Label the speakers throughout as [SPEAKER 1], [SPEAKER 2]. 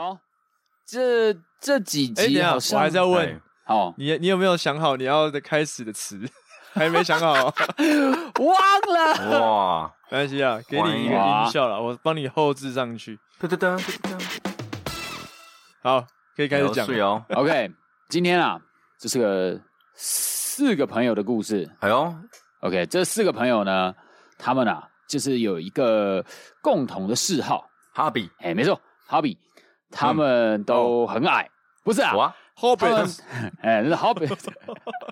[SPEAKER 1] 好，这这几
[SPEAKER 2] 哎、等一
[SPEAKER 1] 集
[SPEAKER 2] 下，
[SPEAKER 1] 好
[SPEAKER 2] 我
[SPEAKER 1] 像
[SPEAKER 2] 还在问
[SPEAKER 3] 哎
[SPEAKER 1] 好
[SPEAKER 2] 你，你有没有想好你要的开始的词？ 还没想好，
[SPEAKER 1] 忘了，
[SPEAKER 3] 哇，
[SPEAKER 2] 没关系啊，给你一个
[SPEAKER 1] 哇
[SPEAKER 2] 音效了，我帮你后置上去。
[SPEAKER 3] 噔噔噔噔噔，
[SPEAKER 2] 好，可以开始讲
[SPEAKER 3] 睡。哦，
[SPEAKER 1] OK，今 天啊，这是个四个朋友的故事。
[SPEAKER 3] 哎呦，
[SPEAKER 1] OK，这四个朋友呢，他们啊，就是有一个共同的嗜好。
[SPEAKER 3] 哈比，
[SPEAKER 1] 哎，没错，好比他们都很矮，不是啊？
[SPEAKER 2] 嗯
[SPEAKER 3] 哇，
[SPEAKER 2] 后
[SPEAKER 1] 他
[SPEAKER 2] 边
[SPEAKER 1] 们哎，那是好比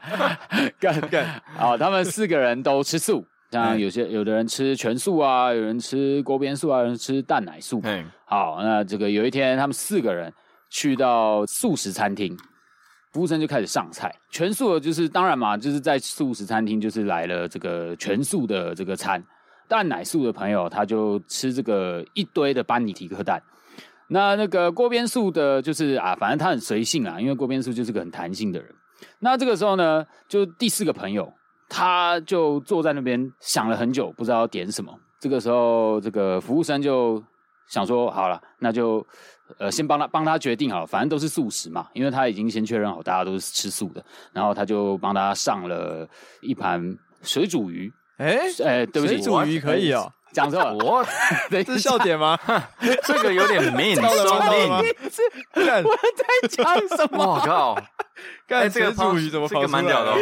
[SPEAKER 1] 干
[SPEAKER 2] 干
[SPEAKER 1] 啊，他们四个人都吃素，
[SPEAKER 2] 哎
[SPEAKER 1] 像有些有的人吃全素啊，有人吃锅边素啊，有人吃蛋奶素。
[SPEAKER 3] 哎，
[SPEAKER 1] 好，那这个有一天，他们四个人去到素食餐厅，服务生就开始上菜，全素的就是当然嘛，就是在素食餐厅就是来了这个全素的这个餐，蛋奶素的朋友他就吃这个一堆的班尼提克蛋。那那个锅边素的，就是啊，反正他很随性啦，因为锅边素就是个很弹性的人。那这个时候呢，就第四个朋友，他就坐在那边想了很久，不知道要点什么。这个时候，这个服务生就想说，好了，那就呃先帮他帮他决定好了，反正都是素食嘛，因为他已经先确认好大家都是吃素的，然后他就帮他上了一盘水煮鱼，
[SPEAKER 2] 哎，
[SPEAKER 1] 哎、对不起，哎
[SPEAKER 2] 水煮鱼可以哦，
[SPEAKER 1] 讲 错了，
[SPEAKER 3] 哎我
[SPEAKER 1] 等一
[SPEAKER 2] 这是
[SPEAKER 1] 下
[SPEAKER 2] 笑点吗？
[SPEAKER 3] 这个有点 mean，
[SPEAKER 2] 到了
[SPEAKER 3] so
[SPEAKER 2] 吗？到了吗
[SPEAKER 3] mean，？
[SPEAKER 2] 干
[SPEAKER 1] 我在讲 什么？
[SPEAKER 3] 我靠，哎
[SPEAKER 2] 干，
[SPEAKER 3] 这个
[SPEAKER 2] 水煮鱼怎么
[SPEAKER 3] 这个
[SPEAKER 2] 跑出来啊
[SPEAKER 3] 蛮屌的哦，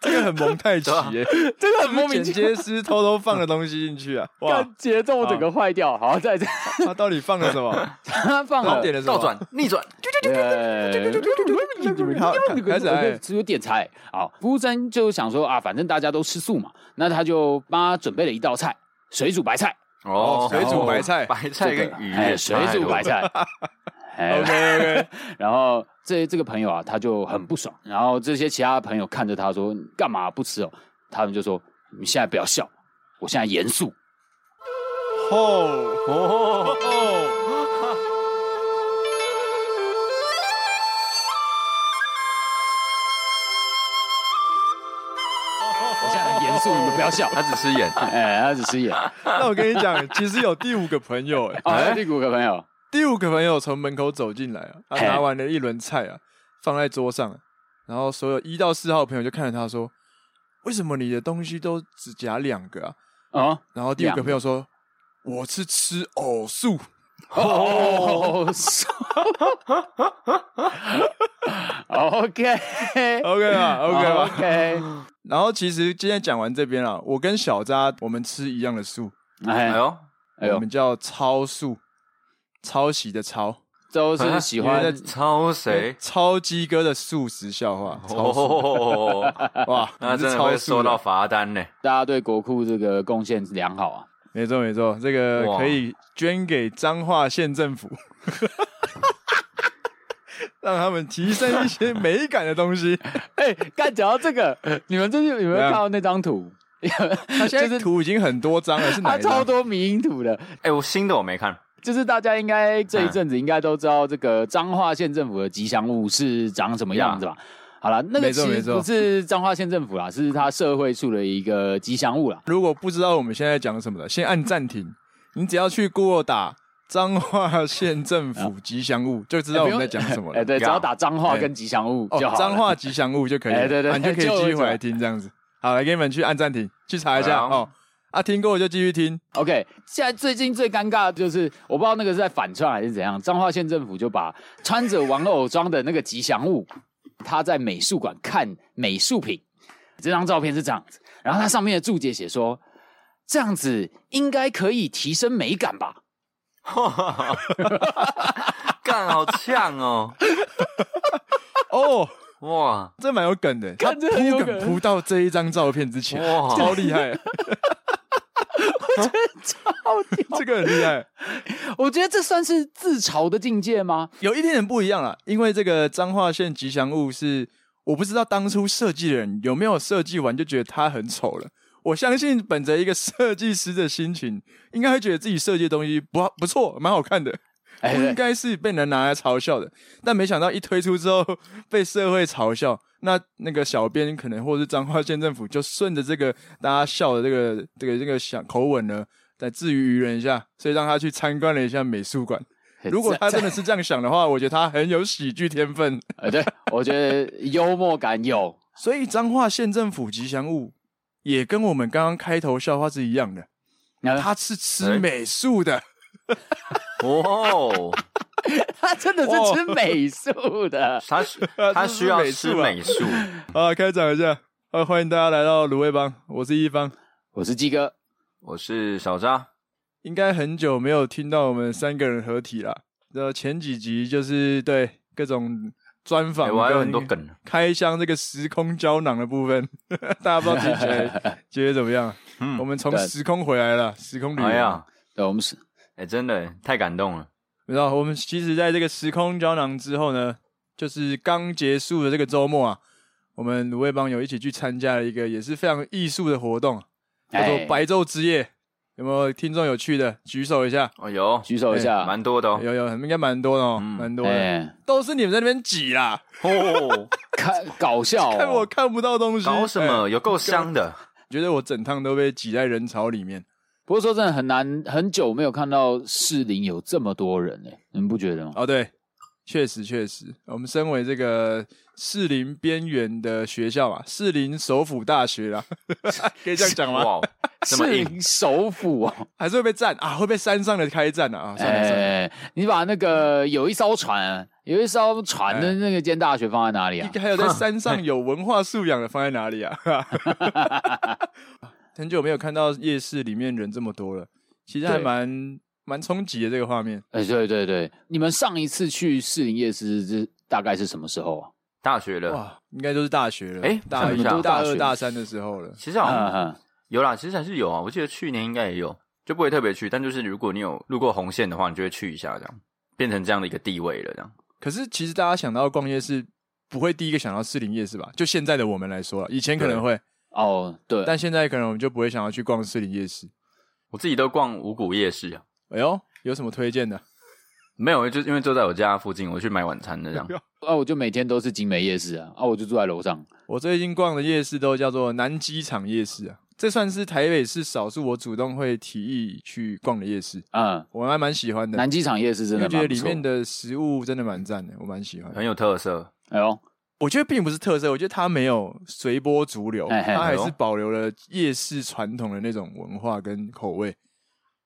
[SPEAKER 2] 这个很蒙太奇耶，
[SPEAKER 1] 这个很莫
[SPEAKER 2] 是
[SPEAKER 1] 名
[SPEAKER 2] 剪
[SPEAKER 1] 其
[SPEAKER 2] 接师偷偷放的东西进去啊！哇
[SPEAKER 1] 妙，，节奏整个坏掉。好，再再
[SPEAKER 2] 他到底放了什么？
[SPEAKER 1] 他放
[SPEAKER 2] 他
[SPEAKER 1] 了
[SPEAKER 2] 点了什么？
[SPEAKER 3] 倒转，逆转，
[SPEAKER 2] 好
[SPEAKER 1] 开
[SPEAKER 2] 开
[SPEAKER 1] 始
[SPEAKER 2] 始哎
[SPEAKER 1] 只有点菜。好，服务生就想说啊，反正大家都吃素嘛，那他就帮他准备了一道菜——水煮白菜。
[SPEAKER 2] 哦水煮白菜
[SPEAKER 3] 白菜
[SPEAKER 1] 这
[SPEAKER 3] 跟
[SPEAKER 1] 个
[SPEAKER 3] 鱼
[SPEAKER 1] 哎
[SPEAKER 3] 也
[SPEAKER 1] 水
[SPEAKER 3] 差太
[SPEAKER 1] 煮
[SPEAKER 3] 多
[SPEAKER 1] 白，菜。哎
[SPEAKER 2] OK OK，
[SPEAKER 1] 然后这这个朋友啊，他就很不爽。然后这些其他朋友看着他说：“你干嘛不吃哦？”他们就说：“你现在不要笑，我现在严肃。
[SPEAKER 2] 吼
[SPEAKER 3] 哦，
[SPEAKER 2] 吼，
[SPEAKER 1] 我现在很严肃，你们不要笑。
[SPEAKER 3] 他只是演，
[SPEAKER 1] 哎，他只是演。
[SPEAKER 2] 那我跟你讲，其实有第五个朋友 哎，
[SPEAKER 1] 哦，第五个朋友，
[SPEAKER 2] 第五个朋友从门口走进来啊，他
[SPEAKER 1] 嘿
[SPEAKER 2] 拿完了一轮菜啊，放在桌上、啊然后所有一到四号朋友就看着他说：“为什么你的东西都只夹两个啊
[SPEAKER 1] 哦，？”
[SPEAKER 2] 然后第五
[SPEAKER 1] 两个
[SPEAKER 2] 个朋友说：“我是吃偶素。
[SPEAKER 1] 哦哦，OK 哦
[SPEAKER 2] ”OK 啊，OK
[SPEAKER 3] 哦
[SPEAKER 2] 吧。
[SPEAKER 1] OK，哎
[SPEAKER 2] 然后其实今天讲完这边啊，我跟小扎我们吃一样的素，
[SPEAKER 3] 哎
[SPEAKER 1] 哎
[SPEAKER 3] 呦，
[SPEAKER 1] 哎
[SPEAKER 2] 我
[SPEAKER 1] 呦
[SPEAKER 2] 们，叫超素，抄袭的抄，
[SPEAKER 1] 都是喜
[SPEAKER 3] 哎
[SPEAKER 2] 因为
[SPEAKER 1] 欢
[SPEAKER 2] 在
[SPEAKER 3] 超谁？
[SPEAKER 2] 超鸡哥的素食笑话，超素、
[SPEAKER 3] 哦，
[SPEAKER 2] 哇，
[SPEAKER 3] 那
[SPEAKER 2] 你是
[SPEAKER 3] 真的
[SPEAKER 2] 超
[SPEAKER 3] 会
[SPEAKER 2] 素
[SPEAKER 3] 收
[SPEAKER 2] 的
[SPEAKER 3] 到罚单呢。
[SPEAKER 1] 大家对国库这个贡献良好啊。
[SPEAKER 2] 没错没错，这个
[SPEAKER 3] 哇
[SPEAKER 2] 可以捐给彰化县政府， 让他们提升一些美感的东西。
[SPEAKER 1] 哎，刚讲到这个，你们最近有没有
[SPEAKER 2] 怎样
[SPEAKER 1] 看到那张图？
[SPEAKER 2] 他现在图已经很多张了，是哪
[SPEAKER 1] 它
[SPEAKER 2] 一
[SPEAKER 1] 超
[SPEAKER 2] 张？
[SPEAKER 1] 多迷因图的，
[SPEAKER 3] 哎，我新的我没看，
[SPEAKER 1] 就是大家应该这一阵子应该都知道这个彰化县政府的吉祥物是长什么样子吧？好了，那个
[SPEAKER 2] 没
[SPEAKER 1] 其
[SPEAKER 2] 错
[SPEAKER 1] 实
[SPEAKER 2] 没错
[SPEAKER 1] 不是彰化县政府啦，是它社会处的一个吉祥物啦。
[SPEAKER 2] 如果不知道我们现在讲什么的，先按暂停。你只要去 Google 打彰化县政府吉祥物，就知道我们在讲什么
[SPEAKER 1] 哎，
[SPEAKER 2] 了。
[SPEAKER 1] 对，只要打脏话
[SPEAKER 2] 哎
[SPEAKER 1] 跟吉祥物
[SPEAKER 2] 哦
[SPEAKER 1] 就好，了。
[SPEAKER 2] 彰化吉祥物就可以了，
[SPEAKER 1] 哎对对
[SPEAKER 2] 啊你就可以
[SPEAKER 1] 就
[SPEAKER 2] 继续回来听这样子。好，来给你们去按暂停，去查一下
[SPEAKER 3] 好
[SPEAKER 2] 哦。啊，听过就继续听。
[SPEAKER 1] OK，现在最近最尴尬的就是，我不知道那个是在反串还是怎样，彰化县政府就把穿着玩偶装的那个吉祥物，他在美术馆看美术品，这张照片是这样子，然后它上面的注解写说，这样子应该可以提升美感吧。
[SPEAKER 3] 干好呛哦，
[SPEAKER 2] 哦，
[SPEAKER 3] 哇
[SPEAKER 2] 这蛮有梗的，他
[SPEAKER 1] 看这很有
[SPEAKER 2] 铺
[SPEAKER 1] 梗
[SPEAKER 2] 梗铺到这一张照片之前，
[SPEAKER 3] 哇
[SPEAKER 2] 超厉害，这个很厉害，
[SPEAKER 1] 我觉得这算是自嘲的境界吗？
[SPEAKER 2] 有一点点不一样啦，因为这个彰化县吉祥物是，我不知道当初设计的人有没有设计完就觉得它很丑了。我相信本着一个设计师的心情，应该会觉得自己设计的东西不好不错，蛮好看的，
[SPEAKER 1] 哎
[SPEAKER 2] 不
[SPEAKER 1] 对
[SPEAKER 2] 应该是被人拿来嘲笑的。但没想到一推出之后 被社会嘲笑，那那个小编可能或是彰化县政府就顺着这个大家笑的这个这个这个想口吻呢，再自娱娱人一下，所以让他去参观了一下美术馆。
[SPEAKER 1] 哎
[SPEAKER 2] 如果他真的是这样想的话，我觉得他很有喜剧天分。
[SPEAKER 1] 呃，对，我觉得幽默感 有，
[SPEAKER 2] 所以彰化县政府吉祥物也跟我们刚刚开头笑话是一样的，
[SPEAKER 1] 呃
[SPEAKER 2] 他是吃美术的。
[SPEAKER 3] 哦，
[SPEAKER 1] 他真的是吃美术的，
[SPEAKER 3] 他需他需要吃美术，
[SPEAKER 2] 啊，开场一下，啊，欢迎大家来到卤味帮，我是一方。
[SPEAKER 1] 我是鸡哥，
[SPEAKER 3] 我是小张，
[SPEAKER 2] 应该很久没有听到我们三个人合体啦。那前几集就是对各种专访、
[SPEAKER 3] 哎，我还有很多，梗，
[SPEAKER 2] 开箱这个时空胶囊的部分， 大家不知道听起来觉得怎么样？啊我
[SPEAKER 3] 嗯，
[SPEAKER 2] 们从
[SPEAKER 1] 对
[SPEAKER 2] 时空回来了，时空旅游。啊
[SPEAKER 3] 哎呀，
[SPEAKER 1] 对，我们是
[SPEAKER 3] 哎，真的太感动了，
[SPEAKER 2] 你知道，我们其实在这个时空胶囊之后呢，就是刚结束的这个周末啊，我们卤味帮友一起去参加了一个也是非常艺术的活动，啊叫做
[SPEAKER 1] 哎
[SPEAKER 2] 白昼之夜。有没有听众有去的？举手啊一下。
[SPEAKER 3] 哦，有
[SPEAKER 1] 举手一下，
[SPEAKER 3] 蛮多的哦，
[SPEAKER 2] 有有，应该蛮多的哦，
[SPEAKER 3] 嗯
[SPEAKER 2] 哎蛮多的。
[SPEAKER 1] 哎，
[SPEAKER 2] 都是你们在那边挤啦，
[SPEAKER 3] 哦，
[SPEAKER 1] 看搞笑
[SPEAKER 2] 看我
[SPEAKER 1] 哦，
[SPEAKER 2] 看不到东西，
[SPEAKER 3] 搞什么？
[SPEAKER 2] 哎
[SPEAKER 3] 有够香的，
[SPEAKER 2] 觉得我整趟都被挤在人潮里面。
[SPEAKER 1] 不过说真的很难，很久没有看到士林有这么多人哎，你们不觉得吗？
[SPEAKER 2] 哦，对，确实确实，我们身为这个士林边缘的学校嘛，士林首府大学啦，可以这样讲吗？
[SPEAKER 3] 哇，这么
[SPEAKER 1] 士
[SPEAKER 3] 硬，
[SPEAKER 1] 林首府哦，
[SPEAKER 2] 还是会被占啊？会被山上的开战啊？啊，算了算了，
[SPEAKER 1] 哎，你把那个有一艘船，有一艘船的
[SPEAKER 2] 哎
[SPEAKER 1] 那个间大学放在哪里
[SPEAKER 2] 一
[SPEAKER 1] 啊？
[SPEAKER 2] 个还有在山上有文化素养的放在哪里啊？很久没有看到夜市里面人这么多了，其实还
[SPEAKER 1] 对
[SPEAKER 2] 蛮蛮冲击的这个画面。
[SPEAKER 1] 哎，对对对，你们上一次去士林夜市是大概是什么时候啊？
[SPEAKER 3] 大学了，
[SPEAKER 2] 哇，应该都是大学了，
[SPEAKER 3] 哎
[SPEAKER 2] 大
[SPEAKER 3] 看
[SPEAKER 2] 一、
[SPEAKER 3] 一下
[SPEAKER 2] 大
[SPEAKER 1] 大
[SPEAKER 2] 二、
[SPEAKER 1] 学
[SPEAKER 2] 大三的时候了。
[SPEAKER 3] 其实好
[SPEAKER 1] 嗯
[SPEAKER 3] 像
[SPEAKER 2] 啊
[SPEAKER 1] 嗯，
[SPEAKER 3] 有啦，其实还是有啊，我记得去年应该也有，就不会特别去，但就是如果你有路过红线的话，你就会去一下，这样变成这样的一个地位了，这样。
[SPEAKER 2] 可是其实大家想到逛夜市，不会第一个想到士林夜市吧？就现在的我们来说了，以前可能会，
[SPEAKER 1] 哦，对，
[SPEAKER 2] 但现在可能我们就不会想要去逛士林夜市。
[SPEAKER 3] 我自己都逛五谷夜市啊，
[SPEAKER 2] 哎呦，有什么推荐的？
[SPEAKER 3] 没有，就是因为就在我家附近，我去买晚餐的这
[SPEAKER 2] 哎
[SPEAKER 3] 样。
[SPEAKER 1] 啊，我就每天都是景美夜市啊，啊，我就住在楼上。
[SPEAKER 2] 我最近逛的夜市都叫做南机场夜市啊，这算是台北市少数我主动会提议去逛的夜市，
[SPEAKER 1] 嗯，
[SPEAKER 2] 我还蛮喜欢的。
[SPEAKER 1] 南机场夜市真
[SPEAKER 2] 因
[SPEAKER 1] 的
[SPEAKER 2] 为觉得
[SPEAKER 1] 蛮不
[SPEAKER 2] 里
[SPEAKER 1] 错
[SPEAKER 2] 面。的食物真的蛮赞的，我蛮喜欢的。
[SPEAKER 3] 很有特色，
[SPEAKER 1] 哎呦，
[SPEAKER 2] 我觉得并不是特色，我觉得它没有随波逐流，
[SPEAKER 1] 嘿嘿
[SPEAKER 2] 它还是保留了夜市传统的那种文化跟口味。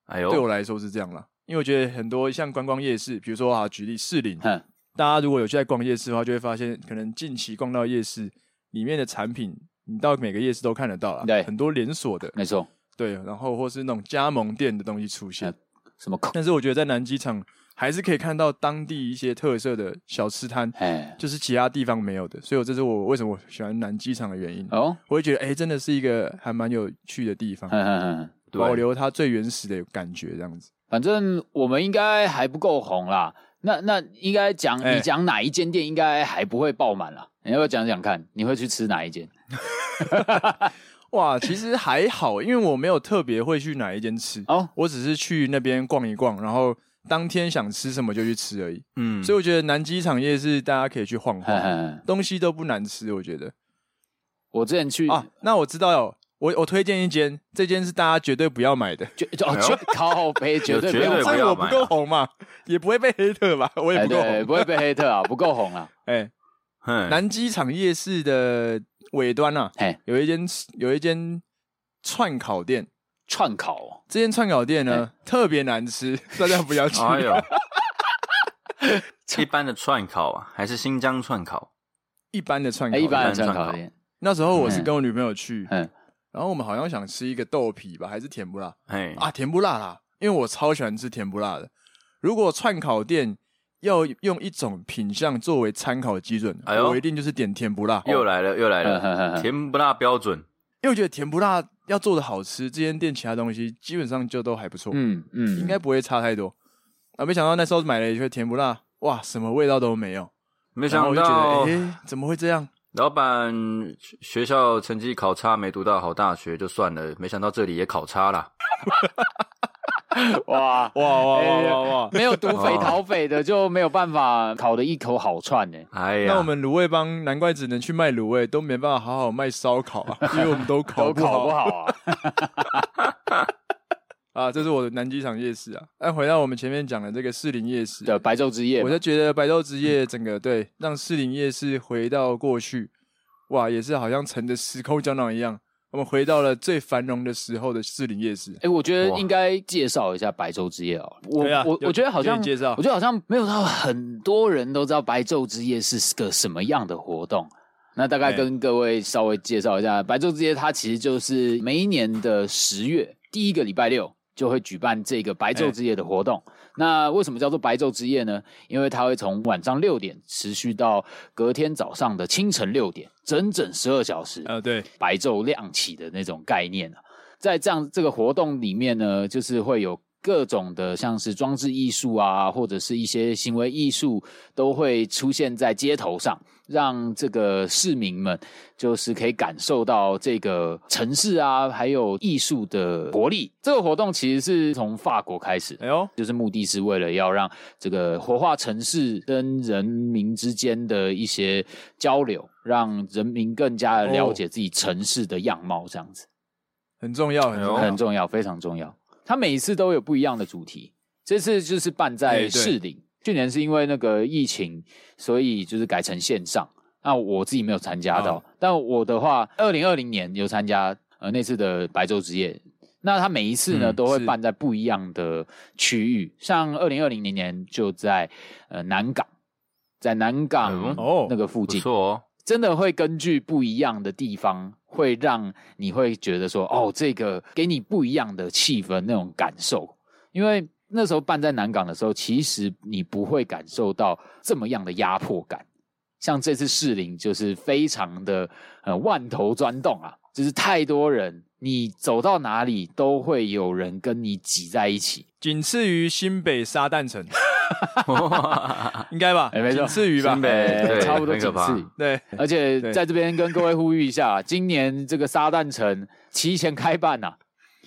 [SPEAKER 3] 哎
[SPEAKER 2] 对我
[SPEAKER 3] 呦，
[SPEAKER 2] 来说是这样啦，因为我觉得很多像观光夜市，比如说啊，举例士林，
[SPEAKER 1] 哼，
[SPEAKER 2] 大家如果有去在逛夜市的话，就会发现可能近期逛到夜市里面的产品，你到每个夜市都看得到啦，
[SPEAKER 1] 对
[SPEAKER 2] 很多连锁的，
[SPEAKER 1] 没错，
[SPEAKER 2] 对，然后或是那种加盟店的东西出现
[SPEAKER 1] 嗯。什么口？
[SPEAKER 2] 但是我觉得在南机场还是可以看到当地一些特色的小吃摊，
[SPEAKER 1] 哎，
[SPEAKER 2] 就是其他地方没有的，所以我这是我为什么我喜欢南机场的原因。
[SPEAKER 3] 呃
[SPEAKER 1] 哦，
[SPEAKER 2] 我会觉得，哎、真的是一个还蛮有趣的地方，
[SPEAKER 1] 哼哼哼，
[SPEAKER 2] 保
[SPEAKER 3] 呃对，
[SPEAKER 2] 留它最原始的感觉，这样子。
[SPEAKER 1] 反正我们应该还不够红啦。那那应该讲
[SPEAKER 2] 哎
[SPEAKER 1] 你讲哪一间店应该还不会爆满啦？你要不要讲讲看？你会去吃哪一间？
[SPEAKER 2] 哇，其实还好，因为我没有特别会去哪一间吃，
[SPEAKER 3] 呃
[SPEAKER 1] 哦，
[SPEAKER 2] 我只是去那边逛一逛，然后当天想吃什么就去吃而已。
[SPEAKER 3] 嗯，
[SPEAKER 2] 所以我觉得南机场夜市大家可以去晃
[SPEAKER 1] 哼
[SPEAKER 2] 晃，
[SPEAKER 1] 哼哼，
[SPEAKER 2] 东西都不难吃，我觉得。
[SPEAKER 1] 我之前去
[SPEAKER 2] 啊，那我知道了，我我推荐一间，这间是大家绝对不要买的，
[SPEAKER 1] 绝哦
[SPEAKER 3] 哎呦
[SPEAKER 1] 绝靠杯绝对
[SPEAKER 3] 绝
[SPEAKER 1] 不用
[SPEAKER 3] 对不
[SPEAKER 1] 买
[SPEAKER 2] 因为
[SPEAKER 3] 要
[SPEAKER 2] 我
[SPEAKER 3] 买
[SPEAKER 2] 不
[SPEAKER 3] 啊
[SPEAKER 2] 够红嘛，也不会被黑特吧，我也
[SPEAKER 1] 哎
[SPEAKER 2] 不够
[SPEAKER 1] 对，
[SPEAKER 2] 红。
[SPEAKER 1] 不会被黑特啊，不够红啦。
[SPEAKER 2] 哎，
[SPEAKER 3] 嗯
[SPEAKER 2] 南机场夜市的尾端啊，
[SPEAKER 3] 哎
[SPEAKER 1] 嘿，
[SPEAKER 2] 有一间有一间串烤店，
[SPEAKER 1] 串烤哦
[SPEAKER 2] 这间串烤店呢特别难吃， 大家不要去。
[SPEAKER 3] 哎呦， 一般的串烤啊，还是新疆串烤，
[SPEAKER 2] 一般的串烤
[SPEAKER 1] 哎，一
[SPEAKER 2] 店，
[SPEAKER 1] 般的
[SPEAKER 3] 一般哎
[SPEAKER 1] 串
[SPEAKER 3] 串
[SPEAKER 1] 烤
[SPEAKER 3] 烤
[SPEAKER 1] 店，
[SPEAKER 2] 那时候我是跟我女朋友去，
[SPEAKER 1] 嗯，
[SPEAKER 2] 然后我们好像想吃一个豆皮吧，还是甜不辣
[SPEAKER 3] 哎，
[SPEAKER 2] 啊？甜不辣啦，因为我超喜欢吃甜不辣的。如果串烤店要用一种品相作为参考基准，
[SPEAKER 3] 哎呦
[SPEAKER 2] 我一定就是点甜不辣，
[SPEAKER 3] 又来了又来
[SPEAKER 1] 嗯哼哼
[SPEAKER 3] 了，
[SPEAKER 1] 哼
[SPEAKER 3] 甜不辣标准，
[SPEAKER 2] 因为我觉得甜不辣要做的好吃，这间店其他东西基本上就都还不错，
[SPEAKER 1] 嗯嗯，
[SPEAKER 2] 应该不会差太多。啊，没想到那时候买了一个甜不辣，哇，什么味道都没有，
[SPEAKER 3] 没
[SPEAKER 2] 然后我
[SPEAKER 3] 想
[SPEAKER 2] 就觉得，
[SPEAKER 3] 到
[SPEAKER 2] 哎、怎么会这样？
[SPEAKER 3] 老板学校成绩考差，没读到好大学就算了，没想到这里也考差啦。
[SPEAKER 1] 哇
[SPEAKER 2] 哇哇
[SPEAKER 1] 哎
[SPEAKER 2] 哇哇！
[SPEAKER 1] 没 有毒肥逃肥的就没有办法烤的一口好串呢、
[SPEAKER 3] 哎呀，
[SPEAKER 2] 那我们卤味帮难怪只能去卖卤味，都没办法 好好卖烧烤啊，因为我们 都
[SPEAKER 1] 都
[SPEAKER 2] 烤不
[SPEAKER 1] 烤不
[SPEAKER 2] 好。
[SPEAKER 1] 好啊。
[SPEAKER 2] 啊，这是我的南机场夜市啊。但回到我们前面讲的这个士林夜市，
[SPEAKER 1] 的白昼之夜
[SPEAKER 2] 我
[SPEAKER 1] 嘛，
[SPEAKER 2] 就觉得白昼之夜整个对让士林夜市回到过去，哇，也是好像乘着时空胶囊一样，我们回到了最繁荣的时候的士林夜市。
[SPEAKER 1] 哎、我觉得应该介绍一下白昼之夜哦。我、
[SPEAKER 2] 对啊
[SPEAKER 1] 我
[SPEAKER 2] 有
[SPEAKER 1] 我觉得好
[SPEAKER 2] 有
[SPEAKER 1] 像
[SPEAKER 2] 你介绍
[SPEAKER 1] 我觉得好像没有到很多人都知道白昼之夜是个什么样的活动。那大概
[SPEAKER 2] 哎
[SPEAKER 1] 跟各位稍微介绍一下，白昼之夜它其实就是每一年的十月第一个礼拜六就会举办这个白昼之夜的活动。那为什么叫做白昼之夜呢？因为它会从晚上六点持续到隔天早上的清晨六点，整整十二小时。
[SPEAKER 2] 啊，对，
[SPEAKER 1] 白昼亮起的那种概念啊。在这样这个活动里面呢，就是会有各种的像是装置艺术啊，或者是一些行为艺术，都会出现在街头上，让这个市民们就是可以感受到这个城市啊，还有艺术的活力。这个活动其实是从法国开始的
[SPEAKER 2] 哎呦，
[SPEAKER 1] 就是目的是为了要让这个活化城市跟人民之间的一些交流，让人民更加的了解自己城市的样貌，这样子、
[SPEAKER 2] 很重要，很重
[SPEAKER 3] 哎
[SPEAKER 2] 要
[SPEAKER 1] 很。重要，非常重要。它每一次都有不一样的主题，这次就是办在
[SPEAKER 2] 哎对
[SPEAKER 1] 士林，去年是因为那个疫情，所以就是改成线上。那我自己没有参加到，
[SPEAKER 2] 哦
[SPEAKER 1] 但我的话，二零二零年有参加呃那次的白昼之夜。那它每一次呢、
[SPEAKER 2] 嗯
[SPEAKER 1] 都会
[SPEAKER 2] 是
[SPEAKER 1] 办在不一样的区域，像二零二零年就在呃南港，在南港
[SPEAKER 3] 嗯
[SPEAKER 2] 哦
[SPEAKER 1] 那个附
[SPEAKER 3] 不
[SPEAKER 1] 近，
[SPEAKER 3] 错 哦。
[SPEAKER 1] 真的会根据不一样的地方，会让你会觉得说，哦，这个给你不一样的气氛那种感受。因为那时候办在南港的时候，其实你不会感受到这么样的压迫感。像这次士林就是非常的呃万头钻动啊，就是太多人，你走到哪里都会有人跟你挤在一起。
[SPEAKER 2] 仅次于新北沙旦城， 应该吧？
[SPEAKER 1] 哎没错
[SPEAKER 2] 仅次于吧
[SPEAKER 3] 新？北对
[SPEAKER 1] 差不多
[SPEAKER 3] 很
[SPEAKER 1] 仅
[SPEAKER 3] 可怕
[SPEAKER 1] 次于。
[SPEAKER 2] 对，
[SPEAKER 1] 而且
[SPEAKER 2] 对
[SPEAKER 1] 在这边跟各位呼吁一 下，啊今年这个沙旦城提前开办呐、啊，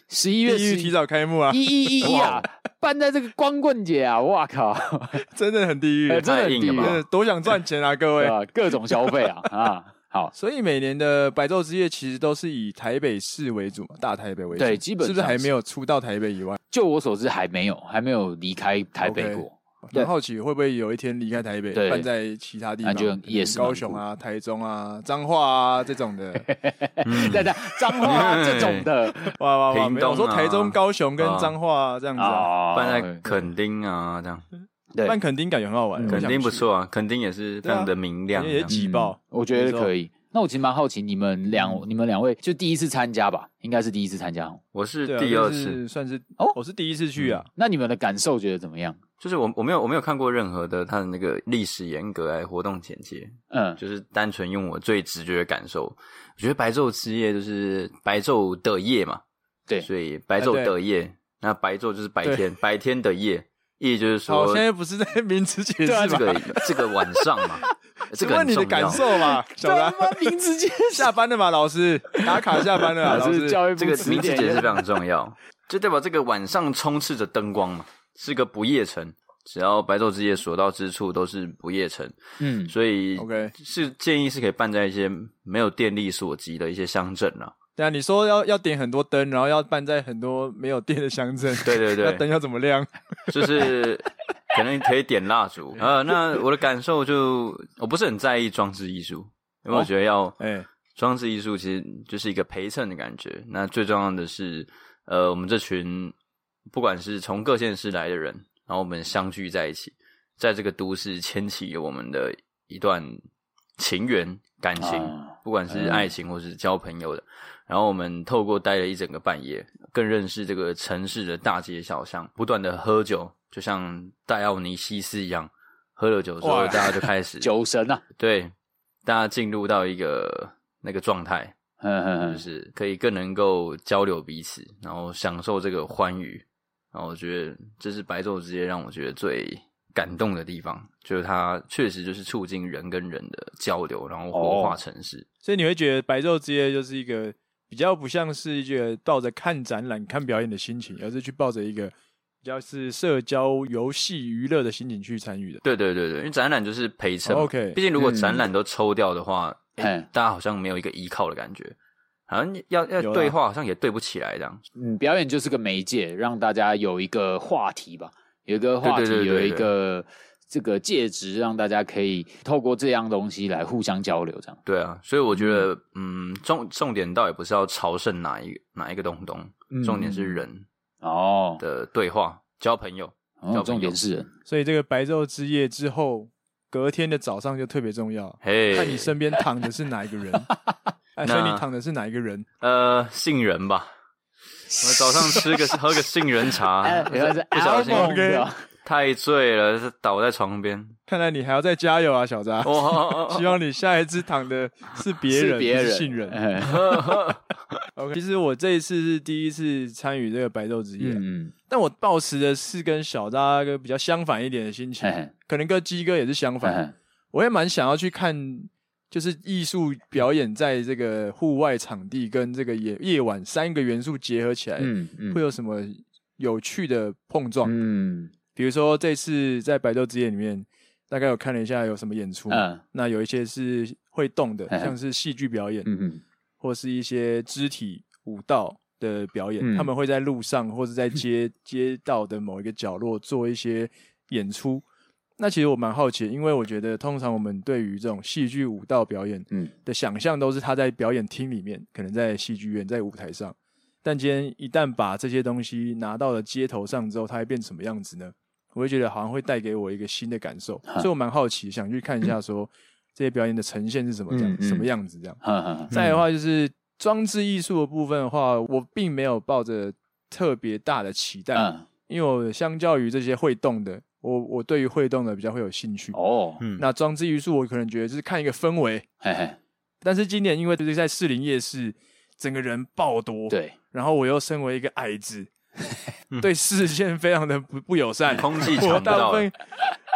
[SPEAKER 1] 十一
[SPEAKER 2] 地
[SPEAKER 1] 月
[SPEAKER 2] 狱
[SPEAKER 1] 十
[SPEAKER 2] 提
[SPEAKER 1] 一
[SPEAKER 2] 早开幕啊，
[SPEAKER 1] 一一一啊，办在这个光棍节啊，哇靠，
[SPEAKER 2] 真的很地狱，
[SPEAKER 1] 哎真的
[SPEAKER 3] 太
[SPEAKER 1] 很地
[SPEAKER 3] 硬了
[SPEAKER 1] 狱
[SPEAKER 3] 吧
[SPEAKER 2] 真的多想赚 钱啊，各
[SPEAKER 1] 对
[SPEAKER 2] 位。
[SPEAKER 1] 啊，各种消费啊 啊，好，
[SPEAKER 2] 所以每年的白昼之夜其实都是以台北市为主嘛，大台北为主。
[SPEAKER 1] 对基本
[SPEAKER 2] 是不是
[SPEAKER 1] 上
[SPEAKER 2] 还
[SPEAKER 1] 是
[SPEAKER 2] 没有出到台北以外？
[SPEAKER 1] 就我所知还没有还没有离开台北
[SPEAKER 2] OK
[SPEAKER 1] 过， 对
[SPEAKER 2] 很好奇会不会有一天离开台北，
[SPEAKER 1] 对
[SPEAKER 2] 办在其他地方，
[SPEAKER 1] 那就也是蛮
[SPEAKER 2] 高雄啊、台中啊、彰化啊这种 的。
[SPEAKER 3] 嗯
[SPEAKER 1] 对对，彰化这种 的
[SPEAKER 2] 哇哇哇！
[SPEAKER 3] 屏
[SPEAKER 2] 没有我说
[SPEAKER 3] 东啊
[SPEAKER 2] 台中、高雄跟
[SPEAKER 3] 啊
[SPEAKER 2] 彰化啊这样子啊，
[SPEAKER 1] 啊，
[SPEAKER 3] 办在垦丁啊，这样
[SPEAKER 1] 对
[SPEAKER 2] 办垦丁感觉很好玩，
[SPEAKER 3] 垦
[SPEAKER 2] 肯
[SPEAKER 3] 丁
[SPEAKER 2] 定
[SPEAKER 3] 不，错啊，垦丁也是非常的明亮
[SPEAKER 2] 因。为也
[SPEAKER 3] 这样
[SPEAKER 2] 挤爆
[SPEAKER 1] 嗯，我觉得
[SPEAKER 2] 没错嗯
[SPEAKER 1] 可以。那我其实蛮好奇你们两你们两位就第一次参加吧，应该是第一次参加哦。
[SPEAKER 3] 我是
[SPEAKER 2] 对啊
[SPEAKER 3] 第
[SPEAKER 2] 就
[SPEAKER 3] 二次，嗯
[SPEAKER 2] 是算是
[SPEAKER 1] 哦
[SPEAKER 2] 我是第一次去啊，
[SPEAKER 1] 那你们的感受觉得怎么样？
[SPEAKER 3] 就是我我没有我没有看过任何的它的那个历史严格来活动简介，
[SPEAKER 1] 嗯，
[SPEAKER 3] 就是单纯用我最直觉的感受，我觉得白昼之夜就是白昼的夜嘛，
[SPEAKER 1] 对
[SPEAKER 3] 所以白
[SPEAKER 2] 啊
[SPEAKER 3] 昼的夜，那白昼就是白天，白天的夜，意思就是
[SPEAKER 2] 好，
[SPEAKER 3] 说
[SPEAKER 2] 现在不是在名词解释
[SPEAKER 3] 这
[SPEAKER 2] 吧？
[SPEAKER 3] 个这个晚上 嘛，这
[SPEAKER 2] 请
[SPEAKER 3] 个
[SPEAKER 2] 问
[SPEAKER 3] 很
[SPEAKER 2] 你
[SPEAKER 3] 重
[SPEAKER 2] 的
[SPEAKER 3] 要
[SPEAKER 2] 感受嘛， 小
[SPEAKER 1] 他
[SPEAKER 2] 达
[SPEAKER 1] 妈名字 间
[SPEAKER 2] 下班了吧，老师打卡下班了 啊，
[SPEAKER 1] 老
[SPEAKER 2] 老
[SPEAKER 1] 师
[SPEAKER 2] 师
[SPEAKER 1] 教育
[SPEAKER 3] 这
[SPEAKER 1] 部
[SPEAKER 3] 个
[SPEAKER 1] 指
[SPEAKER 3] 名字
[SPEAKER 1] 点
[SPEAKER 3] 解释非常重要，就代表这个晚上充斥着灯光嘛，是个不夜城。只要白昼之夜所到之处都是不夜城，
[SPEAKER 1] 嗯，
[SPEAKER 3] 所以
[SPEAKER 2] OK
[SPEAKER 3] 是建议是可以办在一些没有电力所及的一些乡镇啊。
[SPEAKER 2] 对啊，你说要要点很多灯，然后要办在很多没有电的乡镇，
[SPEAKER 3] 对对对
[SPEAKER 2] 那灯要怎么 亮？
[SPEAKER 3] 就是可能可以点蜡烛。呃，那我的感受就我不是很在意装置艺术，因为我觉得要
[SPEAKER 2] 哎，
[SPEAKER 3] 装置艺术其实就是一个陪衬的感觉。那最重要的是，呃，我们这群不管是从各县市来的人，然后我们相聚在一起，在这个都市牵起我们的一段情缘感情，
[SPEAKER 1] 啊
[SPEAKER 3] 不管是爱情或是交朋友的。然后我们透过待了一整个半夜，更认识这个城市的大街小巷，不断的喝酒，就像戴奥尼西斯一样，喝了酒之后，
[SPEAKER 2] 哇
[SPEAKER 3] 大家就开始
[SPEAKER 1] 酒神啊，
[SPEAKER 3] 对，大家进入到一个那个状态，
[SPEAKER 1] 嗯嗯
[SPEAKER 3] 就
[SPEAKER 1] 嗯，
[SPEAKER 3] 是可以更能够交流彼此，然后享受这个欢愉。然后我觉得这是白昼之夜让我觉得最感动的地方，就是它确实就是促进人跟人的交流，然后活
[SPEAKER 1] 哦
[SPEAKER 3] 化城市。
[SPEAKER 2] 所以你会觉得白昼之夜就是一个比较不像是一个抱着看展览、看表演的心情，而是去抱着一个比较是社交、游戏、娱乐的心情去参与的。
[SPEAKER 3] 对对对对，因为展览就是陪衬嘛。
[SPEAKER 2] 哦 OK 嗯
[SPEAKER 3] 毕竟如果展览都抽掉的话，
[SPEAKER 1] 嗯
[SPEAKER 3] 大家好像没有一个依靠的感觉。好像要要
[SPEAKER 2] 有啦啊
[SPEAKER 3] 对话，好像也对不起来这样。
[SPEAKER 1] 嗯，表演就是个媒介，让大家有一个话题吧，有一个话题，
[SPEAKER 3] 对对对对
[SPEAKER 1] 有一个这个介质，让大家可以透过这样东西来互相交流，这样。
[SPEAKER 3] 对啊，所以我觉得，嗯，重重点倒也不是要朝圣哪一哪一个东东，
[SPEAKER 2] 嗯
[SPEAKER 3] 重点是人
[SPEAKER 1] 哦，
[SPEAKER 3] 的对话，交朋友。
[SPEAKER 1] 哦
[SPEAKER 3] 交朋友
[SPEAKER 1] 重点是人，
[SPEAKER 2] 所以这个白昼之夜之后，隔天的早上就特别重要，
[SPEAKER 3] 嘿，
[SPEAKER 2] 看你身边躺的是哪一 个人，哎，所以你躺的是哪一个人？
[SPEAKER 3] 呃，杏仁吧。我早上 吃个喝个杏仁茶
[SPEAKER 1] 哎，
[SPEAKER 3] 啊不
[SPEAKER 1] 原来是
[SPEAKER 3] 不小心
[SPEAKER 1] Almond
[SPEAKER 2] 对
[SPEAKER 1] 吧
[SPEAKER 3] 太醉了，是倒在床边。
[SPEAKER 2] 看来你还要再加油啊，小扎。
[SPEAKER 3] 哦哦
[SPEAKER 2] 希
[SPEAKER 3] 哦
[SPEAKER 2] 望你下一次躺的 是别人，
[SPEAKER 1] 是别
[SPEAKER 2] 不
[SPEAKER 1] 人
[SPEAKER 2] 是信任。
[SPEAKER 1] 哎
[SPEAKER 3] 哦
[SPEAKER 2] OK，其实我这一次是第一次参与这个白昼之夜，
[SPEAKER 1] 嗯，
[SPEAKER 2] 但我抱持的是跟小扎哥比较相反一点的心情，
[SPEAKER 1] 嘿
[SPEAKER 2] 可能跟鸡哥也是相
[SPEAKER 1] 嘿
[SPEAKER 2] 反。
[SPEAKER 1] 嘿
[SPEAKER 2] 我也蛮想要去看，就是艺术表演在这个户外场地跟这个夜夜晚三个元素结合起来，
[SPEAKER 1] 嗯嗯，
[SPEAKER 2] 会有什么有趣的碰撞？
[SPEAKER 1] 嗯
[SPEAKER 2] 比如说这次在白昼之夜里面，大概有看了一下有什么演出，
[SPEAKER 1] 嗯
[SPEAKER 2] 那有一些是会动的，
[SPEAKER 1] 嘿嘿
[SPEAKER 2] 像是戏剧表演，
[SPEAKER 1] 嗯嗯
[SPEAKER 2] 或是一些肢体舞蹈的表演，
[SPEAKER 1] 嗯
[SPEAKER 2] 他们会在路上或是在 街街道的某一个角落做一些演出。那其实我蛮好奇的，因为我觉得通常我们对于这种戏剧舞蹈表演
[SPEAKER 1] 嗯
[SPEAKER 2] 的想象都是他在表演厅里面，可能在戏剧院、在舞台上。但今天一旦把这些东西拿到了街头上之后，它会变什么样子呢？我会觉得好像会带给我一个新的感受，所以我蛮好奇，想去看一下说这些表演的呈现是什么这
[SPEAKER 1] 嗯
[SPEAKER 2] 样、
[SPEAKER 1] 嗯嗯嗯
[SPEAKER 2] 什么样子这样。
[SPEAKER 1] 呵呵
[SPEAKER 2] 再来的话就是装置艺术的部分的话，我并没有抱着特别大的期待，
[SPEAKER 1] 嗯
[SPEAKER 2] 因为我相较于这些会动的，我我对于会动的比较会有兴趣。
[SPEAKER 1] 哦，
[SPEAKER 3] 嗯
[SPEAKER 2] 那装置艺术我可能觉得就是看一个氛围，
[SPEAKER 1] 嘿嘿，
[SPEAKER 2] 但是今年因为就是在士林夜市，整个人爆多，，
[SPEAKER 1] 对，
[SPEAKER 2] 然后我又身为一个矮子，对视线非常的不不友善，
[SPEAKER 3] 空气
[SPEAKER 2] 我
[SPEAKER 3] 尝不
[SPEAKER 2] 大
[SPEAKER 3] 到
[SPEAKER 2] 部
[SPEAKER 3] 了
[SPEAKER 2] 分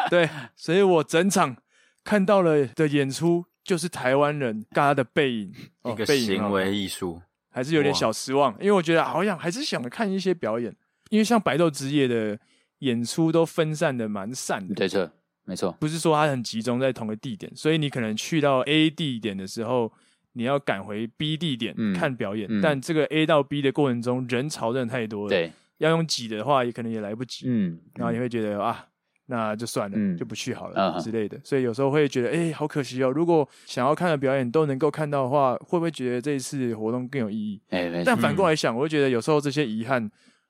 [SPEAKER 2] 对，所以我整场看到了的演出就是台湾人大家的背 影，哦
[SPEAKER 3] 一个
[SPEAKER 2] 背影
[SPEAKER 3] 行
[SPEAKER 2] 哦
[SPEAKER 3] 为艺术，
[SPEAKER 2] 还是有点
[SPEAKER 3] 哇
[SPEAKER 2] 小失望，因为我觉得好像还是想看一些表演，因为像白昼之夜的演出都分散的蛮散的，
[SPEAKER 1] 对错，没错，
[SPEAKER 2] 不是说它很集中在同个地点，所以你可能去到 A 地点的时候，你要赶回 B 地点
[SPEAKER 1] 嗯
[SPEAKER 2] 看表演，
[SPEAKER 1] 嗯
[SPEAKER 2] 但这个 A 到 B 的过程中人潮真的太多了，，
[SPEAKER 1] 对，
[SPEAKER 2] 要用挤的话也可能也来不及，
[SPEAKER 1] 嗯，
[SPEAKER 2] 然后你会觉得啊，那就算了，
[SPEAKER 1] 嗯
[SPEAKER 2] 就不去好
[SPEAKER 1] 啊
[SPEAKER 2] 了、
[SPEAKER 1] 哈
[SPEAKER 2] 之类的。所以有时候会觉得，哎、好可惜哦。如果想要看的表演都能够看到的话，会不会觉得这一次活动更有意义？
[SPEAKER 1] 哎，没错
[SPEAKER 2] 但，反过来想，我会觉得有时候这些遗憾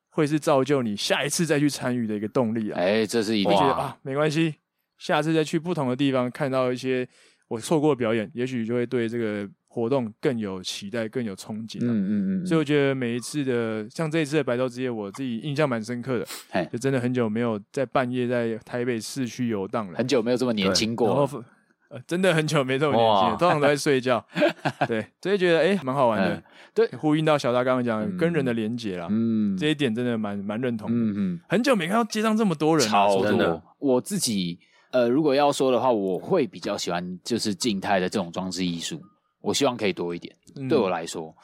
[SPEAKER 2] 会是造就你下一次再去参与的一个动力啊。
[SPEAKER 1] 哎，这是一
[SPEAKER 2] 会
[SPEAKER 1] 定
[SPEAKER 2] 觉得
[SPEAKER 1] 的，
[SPEAKER 2] 啊，没关系，下次再去不同的地方看到一些我错过的表演，也许就会对这个活动更有期待，更有憧憬、啊。
[SPEAKER 1] 嗯嗯嗯，
[SPEAKER 2] 所以我觉得每一次的，像这一次的白昼之夜，我自己印象蛮深刻的。
[SPEAKER 1] 哎，
[SPEAKER 2] 就真的很久没有在半夜在台北市区游荡了，
[SPEAKER 1] 很久没有这么年轻
[SPEAKER 2] 然后
[SPEAKER 1] 过啊了，
[SPEAKER 2] 发呃真的很久没这种年纪了，
[SPEAKER 3] 哇
[SPEAKER 2] 通常都在睡 觉，对，所以觉得哎蛮、好玩的
[SPEAKER 1] 嗯，对
[SPEAKER 2] 呼应到小大刚刚讲的
[SPEAKER 1] 嗯
[SPEAKER 2] 跟人的连结啦，
[SPEAKER 1] 嗯
[SPEAKER 2] 这一点真的蛮蛮认同的，
[SPEAKER 1] 嗯嗯。
[SPEAKER 2] 很久没看到街上这么多人了，
[SPEAKER 1] 超
[SPEAKER 2] 说
[SPEAKER 1] 多。
[SPEAKER 2] 真
[SPEAKER 3] 真
[SPEAKER 2] 的
[SPEAKER 3] 的
[SPEAKER 1] 我自己呃，如果要说的话，我会比较喜欢就是静态的这种装置艺术，我希望可以多一点。
[SPEAKER 2] 嗯
[SPEAKER 1] 对我来说，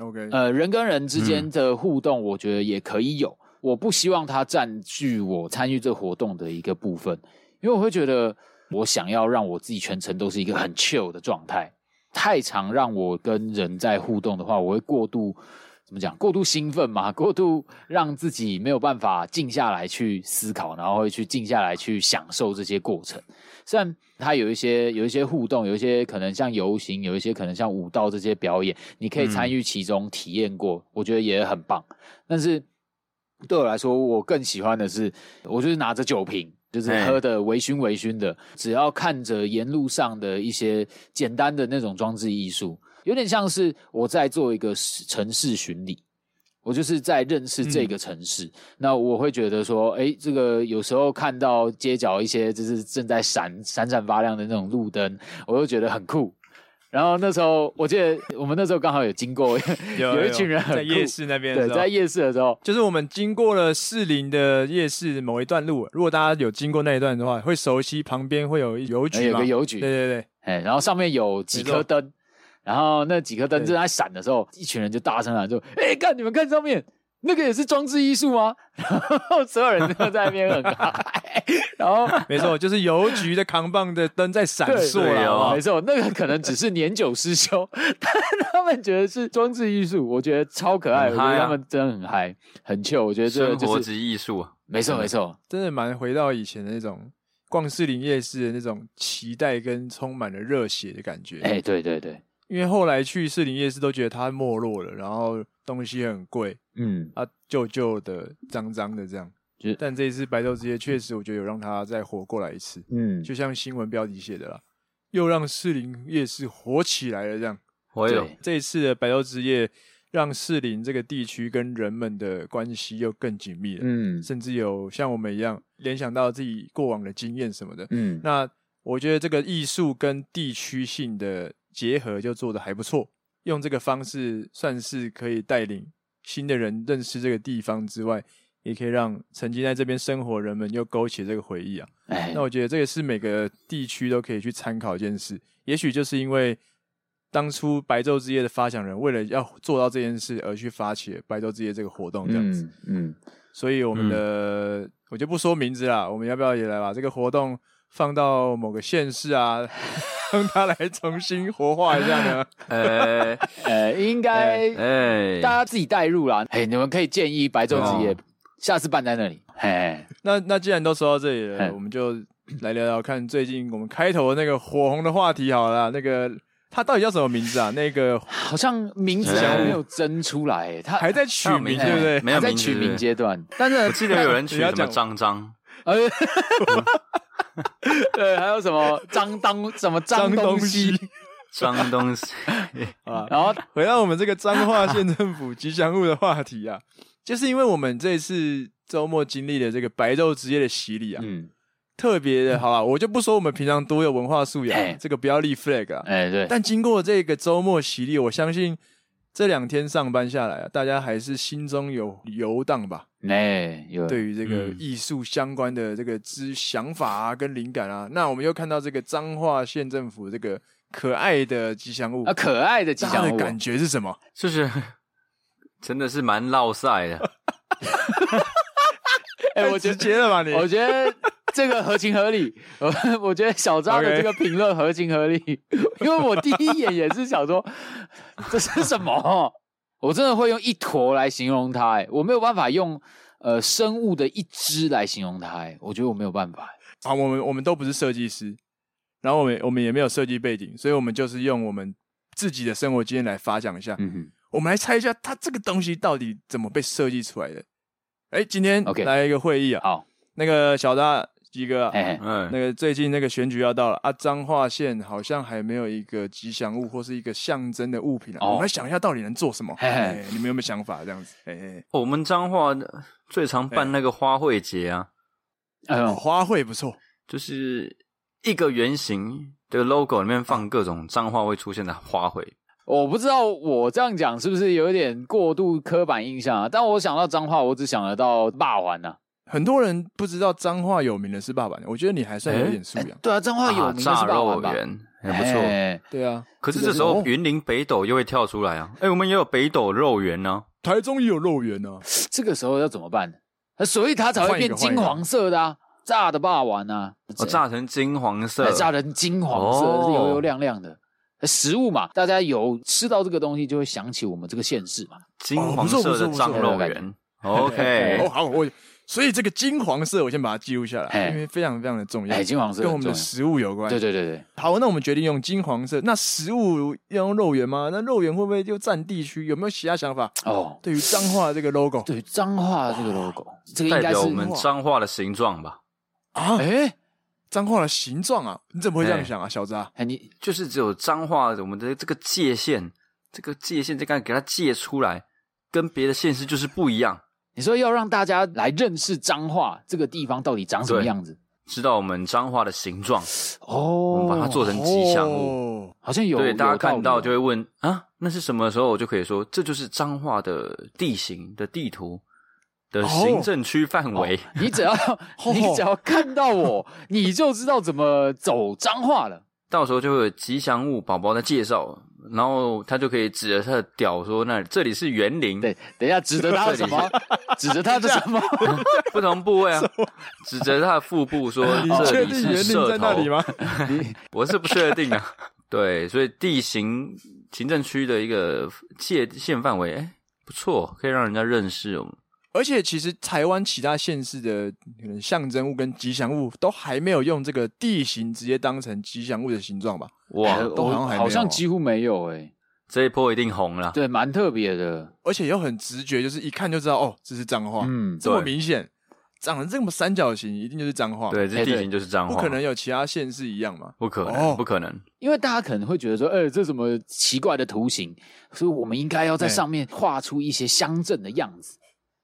[SPEAKER 2] OK，
[SPEAKER 1] 呃，人跟人之间的互动，我觉得也可以有。我不希望它占据我参与这活动的一个部分，因为我会觉得我想要让我自己全程都是一个很 chill 的状态。太常让我跟人在互动的话，我会过度怎么讲？过度兴奋嘛， 过度让自己没有办法静下来去思考，然后会去静下来去享受这些过程。虽然它有一些有一些互动，有一些可能像游行，有一些可能像舞蹈这些表演，你可以参与其中体验过，我觉得也很棒。但是对我来说，我更喜欢的是，我就是拿着酒瓶，就是
[SPEAKER 3] 哎
[SPEAKER 1] 喝的微醺微醺的，只要看着沿路上的一些简单的那种装置艺术，有点像是我在做一个市城市巡礼。我就是在认识
[SPEAKER 2] 嗯
[SPEAKER 1] 这个城市，那我会觉得说，哎，这个有时候看到街角一些就是正在闪闪闪发亮的那种路灯，我就觉得很酷。然后那时候我记得我们那时候刚好有经过 有一群人很
[SPEAKER 2] 在
[SPEAKER 1] 酷
[SPEAKER 2] 夜市那边的
[SPEAKER 1] 对，
[SPEAKER 2] 时候，
[SPEAKER 1] 在夜市的时候，
[SPEAKER 2] 就是我们经过了士林的夜市某一段路，如果大家有经过那一段的话，会熟悉旁边会有邮局
[SPEAKER 1] 有
[SPEAKER 2] 嘛，
[SPEAKER 1] 个邮
[SPEAKER 2] 对
[SPEAKER 1] 局，
[SPEAKER 2] 对对，
[SPEAKER 1] 哎，然后上面有几
[SPEAKER 2] 没
[SPEAKER 1] 颗
[SPEAKER 2] 错
[SPEAKER 1] 灯，然后那几颗灯
[SPEAKER 2] 对
[SPEAKER 1] 正在闪的时候，一群人就大声喊说：“哎，看你们看上面！”那个也是装置艺术吗？” 然后所有人都在那边很嗨，然后
[SPEAKER 2] 没 错，就是邮局的扛棒的灯在闪
[SPEAKER 1] 对
[SPEAKER 2] 烁
[SPEAKER 3] 对
[SPEAKER 2] 了，
[SPEAKER 3] 哦
[SPEAKER 2] 好不好
[SPEAKER 1] 没错，那个可能只是年久失修， 但他们觉得是装置艺术，我觉得超可爱，我
[SPEAKER 3] 很
[SPEAKER 1] 觉
[SPEAKER 3] 嗨
[SPEAKER 1] 得
[SPEAKER 3] 啊
[SPEAKER 1] 他们真的很嗨，很 chill。我觉得这个
[SPEAKER 3] 生活
[SPEAKER 1] 就是
[SPEAKER 3] 即艺术啊，
[SPEAKER 1] 没错没错，
[SPEAKER 2] 真的蛮回到以前的那种逛士林夜市的那种期待跟充满了热血的感觉。
[SPEAKER 1] 哎、对对对，
[SPEAKER 2] 因为后来去士林夜市都觉得它没落了，然后东西很贵
[SPEAKER 1] 嗯，
[SPEAKER 2] 啊，旧旧的、脏脏的这样
[SPEAKER 1] 就是。
[SPEAKER 2] 但这一次白昼之夜确实，我觉得有让它再活过来一次，
[SPEAKER 1] 嗯，
[SPEAKER 2] 就像新闻标题写的啦，又让士林夜市火起来了这样。
[SPEAKER 3] 我也有
[SPEAKER 1] 对
[SPEAKER 2] 这一次的白昼之夜，让士林这个地区跟人们的关系又更紧密了，
[SPEAKER 1] 嗯
[SPEAKER 2] 甚至有像我们一样联想到自己过往的经验什么的。
[SPEAKER 1] 嗯，
[SPEAKER 2] 那我觉得这个艺术跟地区性的结合就做的还不错，用这个方式算是可以带领新的人认识这个地方之外，也可以让曾经在这边生活的人们又勾起这个回忆啊。
[SPEAKER 1] 哎
[SPEAKER 2] 那，我觉得这个是每个地区都可以去参考一件事，也许就是因为当初白昼之夜的发想人为了要做到这件事而去发起了白昼之夜这个活动这样子。
[SPEAKER 1] 嗯嗯，
[SPEAKER 2] 所以我们的、我就不说名字啦，我们要不要也来把这个活动放到某个县市啊， 让它来重新活化一下呢？
[SPEAKER 3] 哎
[SPEAKER 1] 呃，应该
[SPEAKER 3] 哎，
[SPEAKER 1] 大家自己带入啦。哎，你们可以建议白昼之夜
[SPEAKER 3] 哦
[SPEAKER 1] 下次办在那里。哎，
[SPEAKER 2] 那那既然都说到这里了，
[SPEAKER 1] 嗯
[SPEAKER 2] 我们就来聊聊看最近我们开头那个火红的话题好了啦，那个它到底叫什么名字啊？那个
[SPEAKER 1] 好像名字还没有争出来，欸他
[SPEAKER 2] 还 在取名对
[SPEAKER 3] 还有
[SPEAKER 2] 不
[SPEAKER 3] 名字
[SPEAKER 2] 对？
[SPEAKER 3] 没有
[SPEAKER 1] 还在
[SPEAKER 3] 名字
[SPEAKER 1] 取名阶段，但是
[SPEAKER 3] 我记得有人取
[SPEAKER 2] 你要
[SPEAKER 3] 什么
[SPEAKER 2] 讲
[SPEAKER 3] 张张，
[SPEAKER 1] 呃，对，还有什么张当什么张东西，
[SPEAKER 3] 张东西，
[SPEAKER 2] 啊，
[SPEAKER 1] 然后
[SPEAKER 2] 回到我们这个彰化县政府吉祥物的话题啊，就是因为我们这次周末经历了这个白昼之夜的洗礼啊，
[SPEAKER 1] 嗯，
[SPEAKER 2] 特别
[SPEAKER 3] 嗯
[SPEAKER 2] 的，好啦，我就不说我们平常多有文化素
[SPEAKER 1] 哎
[SPEAKER 2] 养，这个不要立 flag 啊。
[SPEAKER 1] 哎对，
[SPEAKER 2] 但经过这个周末洗礼，我相信这两天上班下来啊，大家还是心中有游荡吧，
[SPEAKER 1] 哎有
[SPEAKER 2] 对于这个
[SPEAKER 3] 嗯
[SPEAKER 2] 艺术相关的这个之想法啊跟灵感啊。那我们又看到这个彰化县政府这个可爱的吉祥物
[SPEAKER 1] 啊，可爱的吉
[SPEAKER 2] 大家
[SPEAKER 1] 祥
[SPEAKER 2] 的
[SPEAKER 1] 物，
[SPEAKER 2] 感觉是什么？
[SPEAKER 3] 就是真的是蛮落塞的，
[SPEAKER 1] 哎，
[SPEAKER 2] 太
[SPEAKER 1] 我觉
[SPEAKER 2] 直
[SPEAKER 1] 得
[SPEAKER 2] 接了吧你？
[SPEAKER 1] 我觉得这个合情合理，我我觉得小张的
[SPEAKER 2] OK
[SPEAKER 1] 这个评论合情合理，因为我第一眼也是想说这是什么，我真的会用一坨来形容它，哎，我没有办法用呃生物的一只来形容它，哎，我觉得我没有办法，
[SPEAKER 2] 啊，我们我们都不是设计师，然后我们我们也没有设计背景，所以我们就是用我们自己的生活经验来发想一下，
[SPEAKER 1] 嗯
[SPEAKER 2] 我们来猜一下它这个东西到底怎么被设计出来的。哎，今天
[SPEAKER 1] OK
[SPEAKER 2] 来一个会议啊
[SPEAKER 1] 哼，好，
[SPEAKER 2] 那个小大鸡哥、啊，
[SPEAKER 1] 哎，
[SPEAKER 2] 那
[SPEAKER 3] 嗯，
[SPEAKER 2] 个最近那个选举要到了啊，彰化县好像还没有一个吉祥物或是一个象征的物品啊，
[SPEAKER 1] 哦
[SPEAKER 2] 我们来想一下到底能做什么？
[SPEAKER 1] 嘿嗯嘿
[SPEAKER 2] 哎，你们有没有想法这样子？哎哎，
[SPEAKER 3] 我们彰化的最常办
[SPEAKER 1] 哎
[SPEAKER 3] 那个花卉节啊，
[SPEAKER 2] 哦
[SPEAKER 1] 嗯，
[SPEAKER 2] 花卉不错，
[SPEAKER 3] 就是一个圆形的 logo 里面
[SPEAKER 1] 啊
[SPEAKER 3] 放各种彰化会出现的花卉，
[SPEAKER 1] 我不知道我这样讲是不是有一点过度刻板印象啊？但我想到脏话，我只想得到霸王啊呐、
[SPEAKER 2] 很多人不知道彰化有名的是爸爸，我觉得你还算有点素养。
[SPEAKER 1] 对啊，脏话有名的
[SPEAKER 3] 啊
[SPEAKER 1] 是
[SPEAKER 3] 炸
[SPEAKER 1] 霸
[SPEAKER 3] 肉
[SPEAKER 1] 王吧？
[SPEAKER 3] 圆还不错。
[SPEAKER 1] 哎
[SPEAKER 2] 对啊，
[SPEAKER 3] 可是这时
[SPEAKER 1] 哦
[SPEAKER 3] 候云林北斗又会跳出来啊！哎、我们也有北斗肉圆啊呢、
[SPEAKER 2] 台中也有肉圆啊呢、
[SPEAKER 1] 这个时候要怎么办？所以它才会
[SPEAKER 2] 换一
[SPEAKER 1] 变
[SPEAKER 2] 个
[SPEAKER 1] 金黄色的啊，炸的霸王啊，
[SPEAKER 3] 哦，炸成金黄色，
[SPEAKER 1] 哎炸成金黄色，
[SPEAKER 3] 哦
[SPEAKER 1] 是油油亮亮的。食物嘛，大家有吃到这个东西，就会想起我们这个县市嘛。
[SPEAKER 3] 金黄色的藏肉圆。
[SPEAKER 2] 哦，
[SPEAKER 3] OK，
[SPEAKER 2] 好，我所以这个金黄色我先把它记录下
[SPEAKER 1] 哎
[SPEAKER 2] 来，因为非常非常的重要
[SPEAKER 1] 哎，，金黄色
[SPEAKER 2] 跟我
[SPEAKER 1] 很重
[SPEAKER 2] 们的
[SPEAKER 1] 要。
[SPEAKER 2] 食物有关。
[SPEAKER 1] 对对对对，
[SPEAKER 2] 好，那我们决定用金黄色。那食物要用肉圆吗？那肉圆会不会就占地区？有没有其他想法？
[SPEAKER 1] 哦，
[SPEAKER 2] 对于彰化的这个 logo
[SPEAKER 1] 对，彰化这个 logo，这个应
[SPEAKER 3] 代
[SPEAKER 1] 该
[SPEAKER 3] 表
[SPEAKER 1] 是
[SPEAKER 3] 我们彰化的形状吧，
[SPEAKER 2] 啊，
[SPEAKER 1] 哎
[SPEAKER 2] 彰化的形状啊，你怎么会这样想啊，小子啊？
[SPEAKER 1] 哎你
[SPEAKER 3] 就是只有彰化我们的这个界限，这个界限这个给它界出来，跟别的县市就是不一样。
[SPEAKER 1] 你说要让大家来认识彰化这个地方到底长什么
[SPEAKER 3] 对
[SPEAKER 1] 样子
[SPEAKER 3] 知道我们彰化的形状，我
[SPEAKER 1] 哦，
[SPEAKER 3] 们把它做成吉祥物。
[SPEAKER 2] 物。
[SPEAKER 1] 好像有
[SPEAKER 3] 对，
[SPEAKER 1] 有
[SPEAKER 3] 大家
[SPEAKER 1] 道
[SPEAKER 3] 看
[SPEAKER 1] 理
[SPEAKER 3] 到
[SPEAKER 1] 哦
[SPEAKER 3] 就会问啊，那是什么的时候，我就可以说这就是彰化的地形的地图的行政区范围。
[SPEAKER 1] 哦你只 要
[SPEAKER 2] 吼
[SPEAKER 1] 你只要看到 我，你就知道怎么走脏话了。
[SPEAKER 3] 到时候就会有吉祥物宝宝的介绍，然后他就可以指着他的屌说：“那这里是园林，
[SPEAKER 1] 对，等一下指着他的什么？ 指着他的什么？
[SPEAKER 3] 不同部位啊， 指着他的腹部 说
[SPEAKER 2] 哦你
[SPEAKER 3] 这
[SPEAKER 2] 确
[SPEAKER 3] 里
[SPEAKER 2] 定园
[SPEAKER 3] 哦是
[SPEAKER 2] 林
[SPEAKER 3] 社
[SPEAKER 2] 在那
[SPEAKER 3] 头
[SPEAKER 2] 里。吗？
[SPEAKER 3] 我是不确定啊。 对，所以地形行政区的一个界限范围，哎，不错，可以让人家认识哦我们。
[SPEAKER 2] 而且其实台湾其他县市的可能象征物跟吉祥物都还没有用这个地形直接当成吉祥物的形状吧？
[SPEAKER 3] 哇，
[SPEAKER 1] 呃
[SPEAKER 2] 都好像
[SPEAKER 1] 我
[SPEAKER 2] 还没有
[SPEAKER 1] 好像几乎没有哎、
[SPEAKER 3] 这一波一定红了。
[SPEAKER 1] 对，蛮特别的。
[SPEAKER 2] 而且又很直觉，就是一看就知道哦，这是脏话，
[SPEAKER 1] 嗯，
[SPEAKER 2] 这么
[SPEAKER 3] 对
[SPEAKER 2] 明显，长得这么三角形，一定就是脏话，，
[SPEAKER 3] 对，这
[SPEAKER 1] 哎
[SPEAKER 3] 地
[SPEAKER 1] 对
[SPEAKER 3] 形就是脏话，
[SPEAKER 2] 不可能，有其他县市一样嘛。
[SPEAKER 3] 不可
[SPEAKER 2] 哦
[SPEAKER 3] 能，不可能。
[SPEAKER 1] 因为大家可能会觉得说，呃、这什么奇怪的图形，所以我们应该要在
[SPEAKER 2] 对
[SPEAKER 1] 上面画出一些乡镇的样子，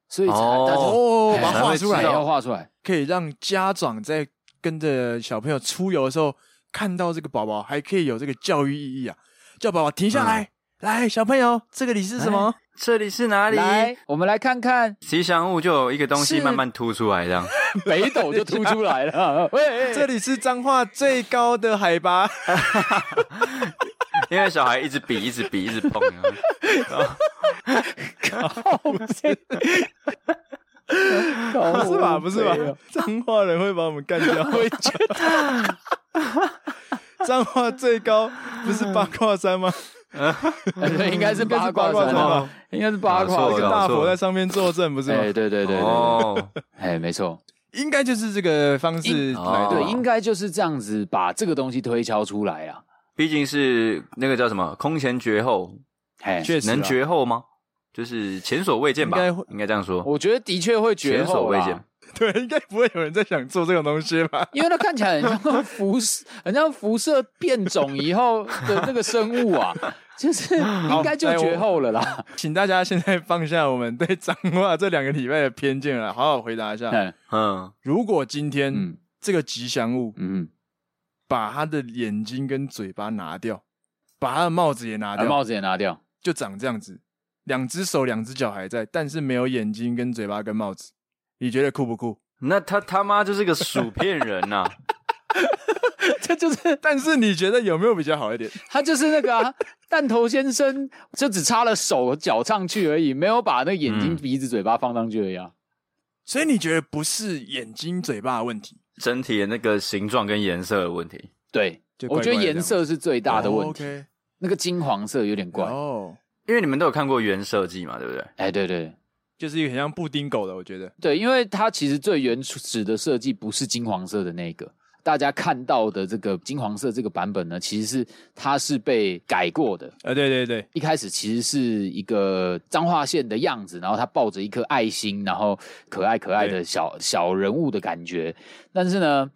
[SPEAKER 1] 所以才
[SPEAKER 3] 哦
[SPEAKER 1] 大家
[SPEAKER 2] 哦，
[SPEAKER 1] 哎
[SPEAKER 2] 把它画出来
[SPEAKER 1] 才，要画出来。
[SPEAKER 2] 可以让家长在跟着小朋友出游的时候，看到这个宝宝，还可以有这个教育意义啊，叫宝宝停下来，来，小朋友，这个里是什么？
[SPEAKER 3] 这里是哪里？
[SPEAKER 1] 来，我们来看看
[SPEAKER 3] 吉祥物就有一个东西
[SPEAKER 1] 是
[SPEAKER 3] 慢慢凸出来，这样。
[SPEAKER 1] 北斗就凸出来 了。喂，
[SPEAKER 2] 这里是彰化最高的海拔，
[SPEAKER 3] 因为小孩一直比，一直比，一直碰。啊
[SPEAKER 1] 搞
[SPEAKER 2] 不是吧？不是吧？彰化人会把我们干掉，我也觉 得。彰化最高不是八卦山吗？
[SPEAKER 1] 哎对，应该是
[SPEAKER 2] 应该
[SPEAKER 1] 八
[SPEAKER 2] 是 八
[SPEAKER 1] 卦
[SPEAKER 2] 卦
[SPEAKER 1] 山
[SPEAKER 2] 山啊
[SPEAKER 1] 吧？
[SPEAKER 2] 吧？
[SPEAKER 1] 应该是八卦
[SPEAKER 3] 搞
[SPEAKER 2] 有个
[SPEAKER 3] 错
[SPEAKER 1] 山啊
[SPEAKER 3] 了。
[SPEAKER 2] 大佛在上面坐镇，不是吗
[SPEAKER 1] 哎，？ 对对对对，对
[SPEAKER 3] 哦，
[SPEAKER 1] 哎，没错，
[SPEAKER 2] 应该就是这个方
[SPEAKER 1] 哎
[SPEAKER 2] 式来
[SPEAKER 3] 哦
[SPEAKER 2] 的
[SPEAKER 1] 对，
[SPEAKER 2] 吧。
[SPEAKER 1] 应该就是这样子把这个东西推敲出来啊。
[SPEAKER 3] 毕竟是那个叫什么“空前绝后
[SPEAKER 1] 哎，
[SPEAKER 2] 确”，实啊
[SPEAKER 3] 能绝后吗？就是前所未见吧
[SPEAKER 2] 应该会，
[SPEAKER 3] 应该这样说。
[SPEAKER 1] 我觉得的确会绝
[SPEAKER 3] 前所
[SPEAKER 1] 后
[SPEAKER 3] 未
[SPEAKER 1] 啦
[SPEAKER 3] 见，
[SPEAKER 2] 对，应该不会有人在想做这种东西吧？
[SPEAKER 1] 因为它看起来很像辐射，很像辐射变种以后的那个生物啊，就是应该就绝后了啦。
[SPEAKER 2] 请大家现在放下我们对彰化这两个礼拜的偏见啊了，好好回答一下。
[SPEAKER 1] 嗯
[SPEAKER 3] 嗯，
[SPEAKER 2] 如果今天
[SPEAKER 1] 嗯
[SPEAKER 2] 这个吉祥物
[SPEAKER 1] 嗯，
[SPEAKER 2] 把他的眼睛跟嘴巴拿掉，把他的帽子也拿
[SPEAKER 1] 把
[SPEAKER 2] 掉，
[SPEAKER 1] 啊帽子也拿掉，
[SPEAKER 2] 就长这样子，两只手两只脚还在，但是没有眼睛跟嘴巴跟帽子，你觉得酷不酷？
[SPEAKER 3] 那他他妈就是个薯片人啊 呐！
[SPEAKER 1] 这就是
[SPEAKER 2] 但是你觉得有没有比较好一点？
[SPEAKER 1] 他就是那个啊，弹头先生，就只插了手脚上去而已，没有把那眼睛、
[SPEAKER 3] 嗯
[SPEAKER 1] 鼻子、嘴巴放上去而已啊。
[SPEAKER 2] 所以你觉得不是眼睛嘴巴的问题，
[SPEAKER 3] 整体的那个形状跟颜色的问题，
[SPEAKER 1] 对，
[SPEAKER 2] 就
[SPEAKER 1] 我觉得颜色是最大的问题，
[SPEAKER 2] 题。
[SPEAKER 1] 那个金黄色有点怪。
[SPEAKER 2] 哦，
[SPEAKER 3] 因为你们都有看过原设计嘛，对不对？
[SPEAKER 1] 哎，对对
[SPEAKER 2] 就是一个很像布丁狗的，我觉得。
[SPEAKER 1] 对，因为它其实最原始的设计不是金黄色的那个，大家看到的这个金黄色这个版本呢，其实是它是被改过的。
[SPEAKER 2] 呃，对对对，
[SPEAKER 1] 一开始其实是一个彰化县的样子，然后他抱着一颗爱心，然后可爱可爱的
[SPEAKER 2] 对
[SPEAKER 1] 小小人物的感觉。但是呢，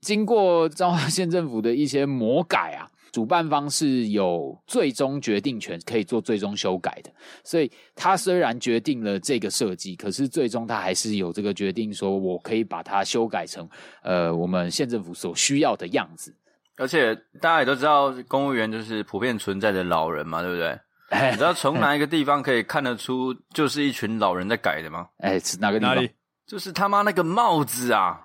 [SPEAKER 1] 经过彰化县政府的一些魔改啊，主办方是有最终决定权，可以做最终修改的。所以他虽然决定了这个设计，可是最终他还是有这个决定，说我可以把它修改成呃我们县政府所需要的样子。
[SPEAKER 3] 而且大家也都知道，公务员就是普遍存在的老人嘛，对不对？你
[SPEAKER 1] 哎
[SPEAKER 3] 知道从哪一个地方可以看得出就是一群老人在改的吗？
[SPEAKER 1] 哎，是哪个地
[SPEAKER 2] 哪
[SPEAKER 1] 方？
[SPEAKER 2] 里？
[SPEAKER 3] 就是他妈那个帽 子啊，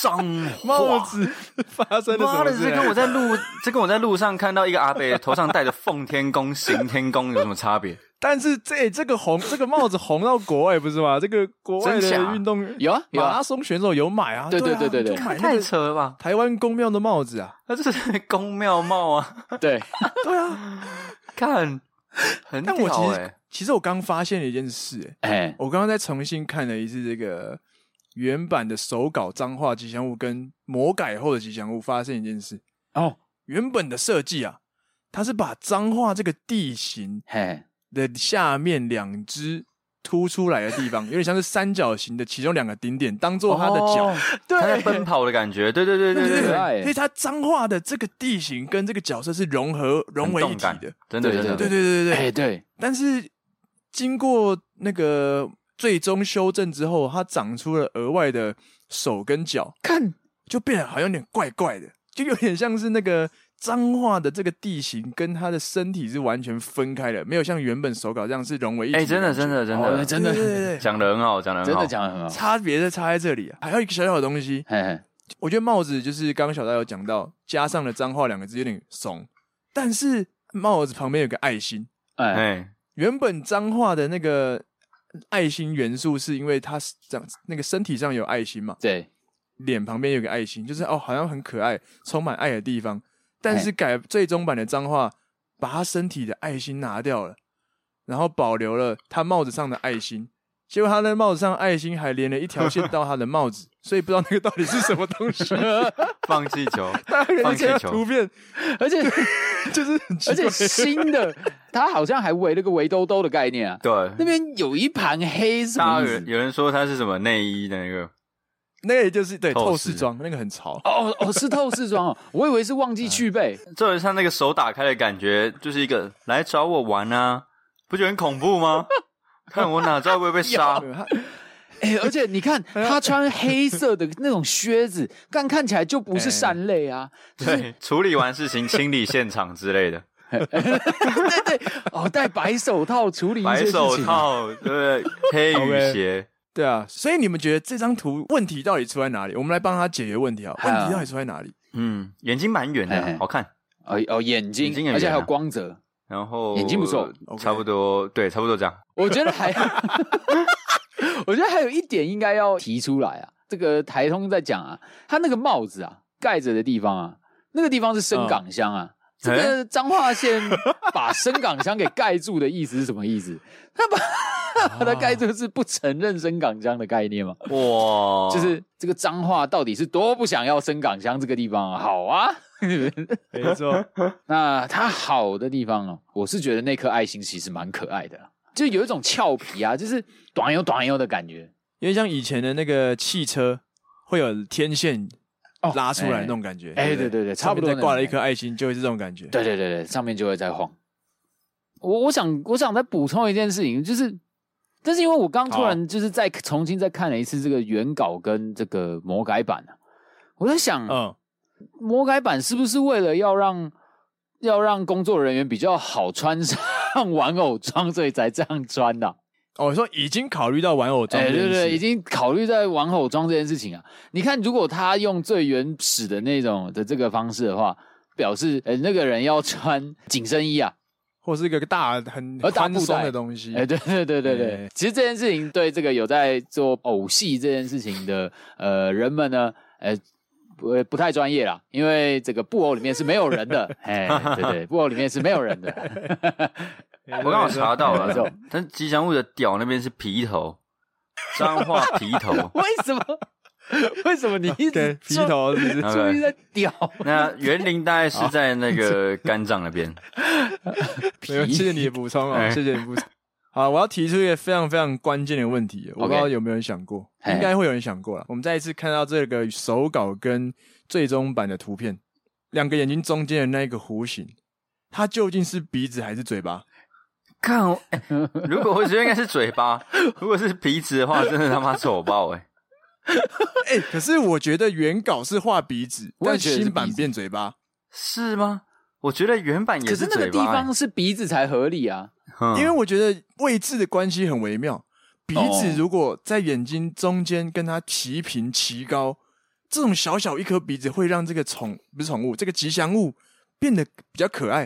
[SPEAKER 3] 脏话
[SPEAKER 2] 帽。子 发生了什
[SPEAKER 3] 妈
[SPEAKER 2] 么
[SPEAKER 3] 的，
[SPEAKER 2] 事
[SPEAKER 3] 这
[SPEAKER 2] 啊？
[SPEAKER 3] 跟我在路，这跟我在路上看到一个阿伯头上戴着奉天宫、行天宫有什么差别？
[SPEAKER 2] 但是这、这个红这个帽子红到国外不是 吗？这个国外
[SPEAKER 3] 真
[SPEAKER 2] 的
[SPEAKER 3] 假
[SPEAKER 2] 运动
[SPEAKER 1] 有啊有
[SPEAKER 2] 马
[SPEAKER 1] 啊
[SPEAKER 2] 拉，松选手有买啊，
[SPEAKER 1] 对对
[SPEAKER 2] 对啊
[SPEAKER 1] 对对对
[SPEAKER 2] 就买那
[SPEAKER 3] 太
[SPEAKER 2] 个
[SPEAKER 3] 扯了吧！
[SPEAKER 2] 台湾公庙的帽子啊，
[SPEAKER 3] 那这是宫庙帽啊，
[SPEAKER 1] 对。
[SPEAKER 3] 看，很屌
[SPEAKER 2] 但我其
[SPEAKER 3] 哎、
[SPEAKER 2] 实、
[SPEAKER 1] 欸
[SPEAKER 2] 其实我刚发现了一件事、欸，
[SPEAKER 1] 哎，
[SPEAKER 2] 我刚刚再重新看了一次这个原版的手稿脏话吉祥物跟魔改后的吉祥物，发现一件事，
[SPEAKER 1] 哦，
[SPEAKER 2] 原本的设计啊，它是把脏话这个地形
[SPEAKER 1] 嘿，
[SPEAKER 2] 的下面两只凸出来的地方，有点像是三角形的其中两个顶点，当做它的脚。
[SPEAKER 3] 哦他在奔跑的感觉，对对对对对
[SPEAKER 1] 很可
[SPEAKER 3] 对，
[SPEAKER 1] 爱
[SPEAKER 2] 所以它脏话的这个地形跟这个角色是融合融为一
[SPEAKER 3] 动
[SPEAKER 2] 体
[SPEAKER 3] 感
[SPEAKER 2] 的。，
[SPEAKER 3] 真的
[SPEAKER 1] 对
[SPEAKER 3] 真的，
[SPEAKER 2] 对对对对对。
[SPEAKER 1] 哎，对，
[SPEAKER 2] 但是经过那个最终修正之后，它长出了额外的手跟脚，
[SPEAKER 1] 看，
[SPEAKER 2] 就变得好像有点怪怪的，就有点像是那个脏话的这个地形跟它的身体是完全分开的，没有像原本手稿这样是融为一体。
[SPEAKER 3] 哎、真的真，的真
[SPEAKER 1] 哦
[SPEAKER 3] 的，
[SPEAKER 1] 真的
[SPEAKER 2] 对对对对
[SPEAKER 3] 讲的很好，讲的很
[SPEAKER 1] 真
[SPEAKER 3] 好，
[SPEAKER 1] 的讲的很好，
[SPEAKER 2] 差别是差在这里、啊。还有一个小小的东西，
[SPEAKER 1] 嘿嘿，
[SPEAKER 2] 我觉得帽子就是刚刚小戴有讲到，加上了脏话两个字有点怂，但是帽子旁边有个爱心，
[SPEAKER 1] 哎，
[SPEAKER 3] 哎，
[SPEAKER 2] 原本彰化的那个爱心元素是因为它是长那个身体上有爱心嘛，
[SPEAKER 1] 对，
[SPEAKER 2] 脸旁边有个爱心，就是哦，好像很可爱，充满爱的地方。但是改最终版的脏话，把他身体的爱心拿掉了，然后保留了他帽子上的爱心。结果他那帽子上的爱心还连了一条线到他的帽子，所以不知道那个到底是什么东 西。
[SPEAKER 3] 放气球，
[SPEAKER 2] 大家可以
[SPEAKER 3] 放气
[SPEAKER 2] 看
[SPEAKER 3] 球
[SPEAKER 2] 图片，
[SPEAKER 1] 而 且
[SPEAKER 2] 就是很奇
[SPEAKER 1] 而
[SPEAKER 2] 怪
[SPEAKER 1] 且 新的，它好像还围了个围兜兜的概念啊。
[SPEAKER 3] 对
[SPEAKER 1] 那，边有一盘黑，是什
[SPEAKER 3] 大
[SPEAKER 1] 么
[SPEAKER 3] 家
[SPEAKER 1] 意
[SPEAKER 3] 有
[SPEAKER 1] 思？
[SPEAKER 3] 有人说它是什么内衣的那个，
[SPEAKER 2] 那个就是对
[SPEAKER 3] 透
[SPEAKER 2] 透
[SPEAKER 3] 视
[SPEAKER 2] 视装，那个很潮。
[SPEAKER 1] 哦哦，是透视 装哦，我以为是忘记去备。
[SPEAKER 3] 这人像那个手打开的感觉，就是一个来找我玩啊，不觉得很恐 怖吗？看我哪知道会不会被
[SPEAKER 1] 啊
[SPEAKER 3] 杀？
[SPEAKER 2] 对他
[SPEAKER 1] 哎、而且你看他穿黑色的那种靴子，但看起来就不是善类啊。
[SPEAKER 3] 对，处理完事情清理现场之类的，
[SPEAKER 1] 对对，哦，戴白手套处 理一
[SPEAKER 3] 白
[SPEAKER 1] 些事
[SPEAKER 3] 手
[SPEAKER 1] 情啊。
[SPEAKER 3] 套， 对，黑雨鞋，
[SPEAKER 2] 对啊，所以你们觉得这张图问题到底出在哪里？我们来帮他解决问题啊。问
[SPEAKER 1] 好
[SPEAKER 2] 题到底出在哪里？
[SPEAKER 3] 嗯，眼睛蛮圆
[SPEAKER 1] 嘿嘿
[SPEAKER 3] 的，好看。
[SPEAKER 1] 哦哦，眼睛，
[SPEAKER 3] 眼睛很
[SPEAKER 1] 而且
[SPEAKER 3] 圆
[SPEAKER 1] 还
[SPEAKER 3] 啊
[SPEAKER 1] 有光泽，
[SPEAKER 3] 然后
[SPEAKER 1] 眼睛不错
[SPEAKER 2] ，OK
[SPEAKER 3] 差不多，对，差不多这样。
[SPEAKER 1] 我觉得还， 我觉得还有一点应该要提出来啊。这个台通在讲啊，他那个帽子啊盖着的地方啊，那个地方是深港乡啊。这个彰化县把深港乡给盖住的意思是什么意思？他把把它盖住是不承认深港乡的概念吗？
[SPEAKER 3] 哇，
[SPEAKER 1] 就是这个彰化到底是多不想要深港乡这个地方啊？好啊，
[SPEAKER 2] 没错，
[SPEAKER 1] 那它好的地方哦，我是觉得那颗爱心其实蛮可爱的啦，就有一种俏皮啊，就是短悠短悠的感觉。
[SPEAKER 2] 因为像以前的那个汽车会有天线
[SPEAKER 1] 哦
[SPEAKER 2] 拉出
[SPEAKER 1] 哎
[SPEAKER 2] 来那种感觉。
[SPEAKER 1] 哎
[SPEAKER 2] 不
[SPEAKER 1] 对对对差不多
[SPEAKER 2] 上面再挂了一
[SPEAKER 1] 那种
[SPEAKER 2] 颗爱心，就会是这种感觉。
[SPEAKER 1] 对对对对，上面就会在晃。我我想我想再补充一件事情，就是，但是因为我刚突然就是再重新再看了一次这个原稿跟这个魔改版啊，我在想，
[SPEAKER 2] 嗯，
[SPEAKER 1] 魔改版是不是为了要让要让工作人员比较好穿上玩偶装，所以才这样穿的啊、
[SPEAKER 2] 哦，我说已经考虑到玩偶装
[SPEAKER 1] 哎，
[SPEAKER 2] 这件
[SPEAKER 1] 对
[SPEAKER 2] 事，
[SPEAKER 1] 对，已经考虑在玩偶装这件事情啊。你看，如果他用最原始的那种的这个方式的话，表示呃那个人要穿紧身衣啊。
[SPEAKER 2] 或是一个大很
[SPEAKER 1] 而呃大
[SPEAKER 2] 宽
[SPEAKER 1] 布袋
[SPEAKER 2] 松的东西。
[SPEAKER 1] 哎，对对对对对
[SPEAKER 2] 哎，
[SPEAKER 1] 其实这件事情对这个有在做偶戏这件事情的呃人们呢，呃。不不太专业啦，因为这个布偶里面是没有人 的，哎，对对，布偶里面是没有人的，
[SPEAKER 2] 哎
[SPEAKER 3] 我刚好查到
[SPEAKER 1] 没错。
[SPEAKER 3] 了，但吉祥物的屌那边是皮头，脏话皮头
[SPEAKER 1] 为什么？为什么 你一直
[SPEAKER 2] 对皮头是不是？
[SPEAKER 1] 注意在屌
[SPEAKER 3] 那园林大概是在那个肝脏那边，
[SPEAKER 2] 没有，谢谢你的补充哦，
[SPEAKER 3] 哎
[SPEAKER 2] 谢谢你的补充。好，我要提出一个非常非常关键的问题，我不知
[SPEAKER 1] OK
[SPEAKER 2] 道有没有人想过，
[SPEAKER 1] 嘿
[SPEAKER 2] 应该会有人想过了。我们再一次看到这个手稿跟最终版的图片，两个眼睛中间的那个弧形，它究竟是鼻子还是 嘴巴？
[SPEAKER 3] 看 我，哎如果我觉得应该是嘴 巴，如果是鼻子的话，真的他妈丑爆哎！
[SPEAKER 2] 哎、可是我觉得原稿是画鼻子，
[SPEAKER 1] 我也
[SPEAKER 2] 但
[SPEAKER 1] 觉得是
[SPEAKER 2] 新版
[SPEAKER 1] 鼻子
[SPEAKER 2] 变嘴巴。
[SPEAKER 3] 是吗？我觉得原版也
[SPEAKER 1] 可是那个
[SPEAKER 3] 嘴
[SPEAKER 1] 地
[SPEAKER 3] 巴
[SPEAKER 1] 方是鼻子才合理啊。
[SPEAKER 3] 哎，
[SPEAKER 2] 因为我觉得位置的关系很微妙。鼻
[SPEAKER 1] 哦
[SPEAKER 2] 子如果在眼睛中间跟它齐平齐高，这种小小一颗鼻子会让这个宠不是宠物，这个吉祥物变得比较可爱，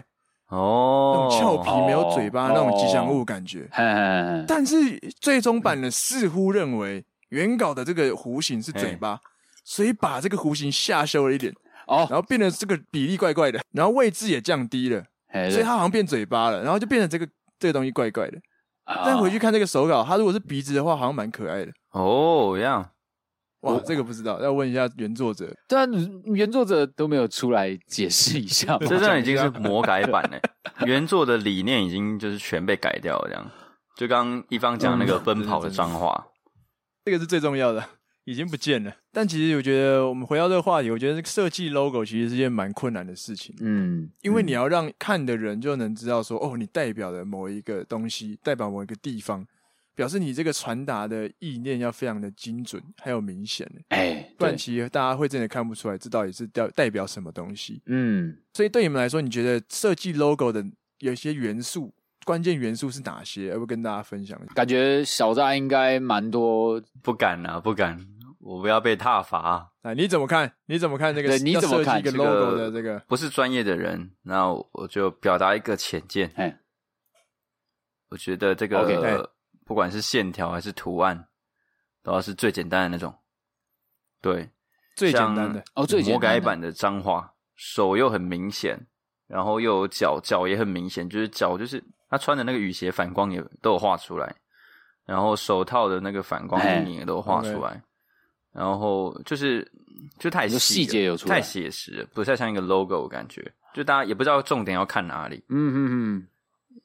[SPEAKER 3] 哦
[SPEAKER 2] 那种俏皮没有嘴
[SPEAKER 1] 哦
[SPEAKER 2] 巴、那种吉祥物感觉。
[SPEAKER 1] 嘿嘿嘿
[SPEAKER 2] 但是最终版的似乎认为原稿的这个弧形是嘴巴，
[SPEAKER 1] 哎
[SPEAKER 2] 所以把这个弧形下修了一点，
[SPEAKER 1] 哦，
[SPEAKER 2] 然后变得这个比例怪怪的，然后位置也降低了，
[SPEAKER 1] 嘿
[SPEAKER 2] 所以它，好像变嘴巴了，然后就变成这个这个东西怪怪的。但回
[SPEAKER 1] 去
[SPEAKER 2] 去看这个手稿，它如果是鼻子的话，好像蛮可爱的。
[SPEAKER 3] 哦，这样
[SPEAKER 2] 哇，这个不知道，要问一下原作者。
[SPEAKER 1] 对啊，原作者都没有出来解释一下 吗？
[SPEAKER 3] 这真的已经
[SPEAKER 2] 啊
[SPEAKER 3] 是魔改版嘞，原作的理念已经就是全被改掉了，这样。就刚刚一方讲那个奔跑的脏话，
[SPEAKER 2] 这个是最重要的， 已经不见
[SPEAKER 1] 嗯
[SPEAKER 2] 了。但其实我觉得，我们回到这个话题，我觉得这个设计 logo 其实是件蛮困难的事情，
[SPEAKER 1] 嗯，
[SPEAKER 2] 因为你要让看的人就能知道说，哦，你代表的某一个东西，代表某一个地方，表示你这个传达的意念要非常的精准，还有明显的，
[SPEAKER 1] 哎，
[SPEAKER 2] 不然
[SPEAKER 1] 对，
[SPEAKER 2] 其实大家会真的看不出来这到底是代代表什么东西。
[SPEAKER 1] 嗯，
[SPEAKER 2] 所以对你们来说，你觉得设计 logo 的有些元素，关键元素是哪些？要不要跟大家分享一下？
[SPEAKER 1] 感觉小扎应该蛮多
[SPEAKER 3] 不敢啊，不敢。我不要被踏伐。啊
[SPEAKER 2] 哎，你怎么看？你怎么看这个？
[SPEAKER 1] 对你
[SPEAKER 2] 要
[SPEAKER 1] 怎么
[SPEAKER 2] 设计
[SPEAKER 1] 看
[SPEAKER 2] 一个
[SPEAKER 1] 这
[SPEAKER 2] logo 的这个？
[SPEAKER 3] 不是专业的人，那我就表达一个浅见。
[SPEAKER 1] 哎，
[SPEAKER 3] 我觉得这个
[SPEAKER 1] OK，
[SPEAKER 2] 对
[SPEAKER 3] 不管是线条还是图案，都要是最简单的那种。对，
[SPEAKER 2] 最简单的，
[SPEAKER 1] 哦，最
[SPEAKER 3] 魔
[SPEAKER 1] 简单
[SPEAKER 3] 改
[SPEAKER 1] 的
[SPEAKER 3] 版的脏话，手又很明显，然后又有脚，脚也很明显，就是脚就是他穿的那个雨鞋反光也都有画出来，然后手套的那个反光
[SPEAKER 1] 哎
[SPEAKER 3] 阴影也都有画出来，然后就是就太
[SPEAKER 1] 你说
[SPEAKER 3] 细了
[SPEAKER 1] 细节有出来
[SPEAKER 3] 太写实了，不太像一个 logo 我感觉，就大家也不知道重点要看哪里，
[SPEAKER 1] 嗯嗯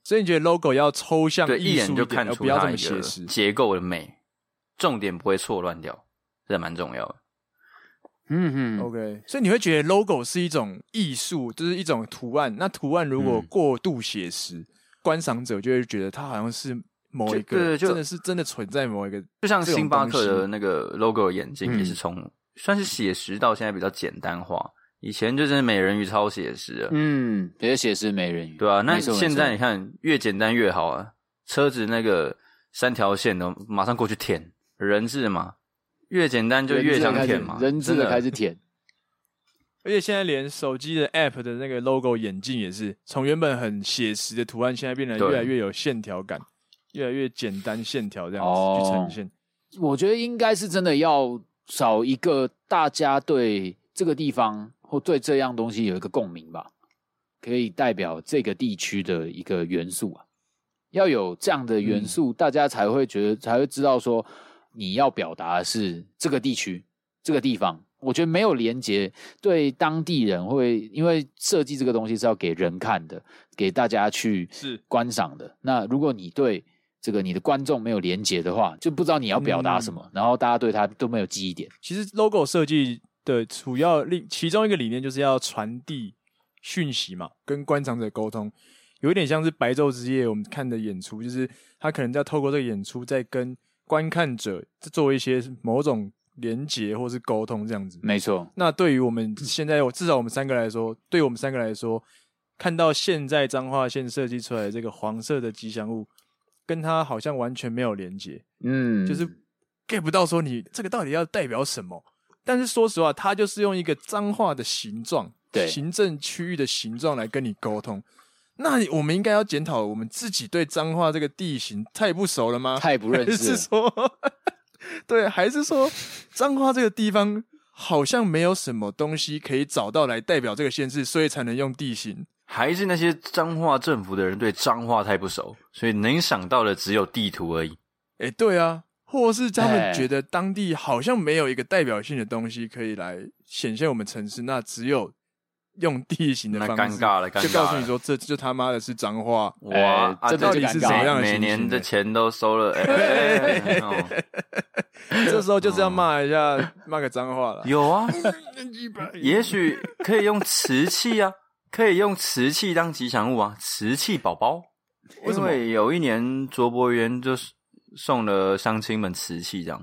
[SPEAKER 2] 所以你觉得 logo 要抽象
[SPEAKER 3] 对，一
[SPEAKER 2] 艺术
[SPEAKER 3] 眼就
[SPEAKER 2] 点，
[SPEAKER 3] 看
[SPEAKER 2] 而
[SPEAKER 3] 出
[SPEAKER 2] 不要这
[SPEAKER 3] 它
[SPEAKER 2] 么
[SPEAKER 3] 一
[SPEAKER 2] 写
[SPEAKER 3] 个
[SPEAKER 2] 实。
[SPEAKER 3] 结构的美，重点不会错乱掉，这还蛮重要的。
[SPEAKER 1] 嗯嗯
[SPEAKER 3] 哦
[SPEAKER 1] 嗯，
[SPEAKER 2] OK，所以你会觉得 logo 是一种艺术，就是一种图案。那图案如果
[SPEAKER 3] 嗯
[SPEAKER 2] 过度写实，观赏者就会觉得它好像是某一
[SPEAKER 3] 就
[SPEAKER 2] 个，
[SPEAKER 3] 对就
[SPEAKER 2] 真的是真的存在某一个。
[SPEAKER 3] 就像
[SPEAKER 2] 这种
[SPEAKER 3] 星巴克
[SPEAKER 2] 东
[SPEAKER 3] 的
[SPEAKER 2] 西
[SPEAKER 3] 那个 logo 眼镜
[SPEAKER 1] 嗯
[SPEAKER 3] 也是从、算是写实到现在比较简单化，以前就是美人鱼超写实的，
[SPEAKER 1] 嗯，别写是美人鱼，
[SPEAKER 3] 对啊，那
[SPEAKER 1] 没错
[SPEAKER 3] 现在
[SPEAKER 1] 没
[SPEAKER 3] 你
[SPEAKER 1] 错
[SPEAKER 3] 看越简单越好啊，车子那个三条线的马上过去舔，人字嘛，越简单就越想舔嘛，
[SPEAKER 1] 人字
[SPEAKER 3] 真
[SPEAKER 1] 的
[SPEAKER 3] 的
[SPEAKER 1] 开始舔，
[SPEAKER 2] 而且现在连手机的 app 的那个 logo 眼镜也是，从原本很写实的图案，现在变得
[SPEAKER 3] 对
[SPEAKER 2] 越来越有线条感，越来越简单线条这样
[SPEAKER 1] 哦
[SPEAKER 2] 子去呈现。
[SPEAKER 1] 我觉得应该是真的要找一个大家对这个地方或对这样东西有一个共鸣吧，可以代表这个地区的一个元素啊。要有这样的元素，大家才会觉得才会知道说你要表达的是这个地区、这个地方。我觉得没有连接，对当地人会，因为设计这个东西是要给人看的，给大家去
[SPEAKER 2] 是
[SPEAKER 1] 观赏的。那如果你对这个你的观众没有连接的话，就不知道你要表达什
[SPEAKER 2] 嗯
[SPEAKER 1] 么，然后大家对他都没有记忆点。
[SPEAKER 2] 其实 logo 设计的主要另其中一个理念就是要传递讯息嘛，跟观赏者沟通，有一点像是《白昼之夜》我们看的演出，就是他可能在透过这个演出，在跟观看者做一些某种连接或是沟通这样子。
[SPEAKER 1] 没错，
[SPEAKER 2] 那对于我们现在，我至少我们三个来说，对我们三个来说，看到现在彰化县设计出来的这个黄色的吉祥物，跟它好像完全没有连接。
[SPEAKER 1] 嗯，
[SPEAKER 2] 就是 get 不到说你这个到底要代表什么。但是说实话，他就是用一个脏话的形状，
[SPEAKER 1] 对
[SPEAKER 2] 行政区域的形状来跟你沟通。那你我们应该要检讨我们自己对脏话这个地形太不熟了吗？
[SPEAKER 1] 太不认
[SPEAKER 2] 还
[SPEAKER 1] 识
[SPEAKER 2] 是
[SPEAKER 1] 了。
[SPEAKER 2] 说， 对，还是说彰化这个地方好像没有什么东西可以找到来代表这个县市，所以才能用地形。
[SPEAKER 3] 还是那些彰化政府的人对彰化太不熟，所以能想到的只有地图而已。
[SPEAKER 2] 哎、对啊，或是他
[SPEAKER 1] 哎
[SPEAKER 2] 们觉得当地好像没有一个代表性的东西可以来显现我们城市，那只有用地形的
[SPEAKER 3] 那
[SPEAKER 2] 方
[SPEAKER 3] 尴
[SPEAKER 2] 式，
[SPEAKER 3] 尬了尴尬了
[SPEAKER 2] 就告诉你说这就他妈的是脏话。
[SPEAKER 3] 哇，
[SPEAKER 1] 哎
[SPEAKER 3] 啊
[SPEAKER 1] 这
[SPEAKER 3] 这
[SPEAKER 1] 到
[SPEAKER 2] 底是
[SPEAKER 3] 这
[SPEAKER 2] 怎么样的
[SPEAKER 3] 每
[SPEAKER 2] 情
[SPEAKER 3] 年
[SPEAKER 2] 形
[SPEAKER 3] 的
[SPEAKER 2] 呢
[SPEAKER 3] 钱都收了，哎哎哎哎哦
[SPEAKER 2] 这时候就是要骂一下，骂个脏话了。
[SPEAKER 3] 有啊，也许可以用瓷器啊，可以用瓷器当吉祥物啊，瓷器宝宝。
[SPEAKER 2] 为什
[SPEAKER 3] 因
[SPEAKER 2] 么
[SPEAKER 3] 为有一年卓伯源就是送了乡亲们瓷器，这样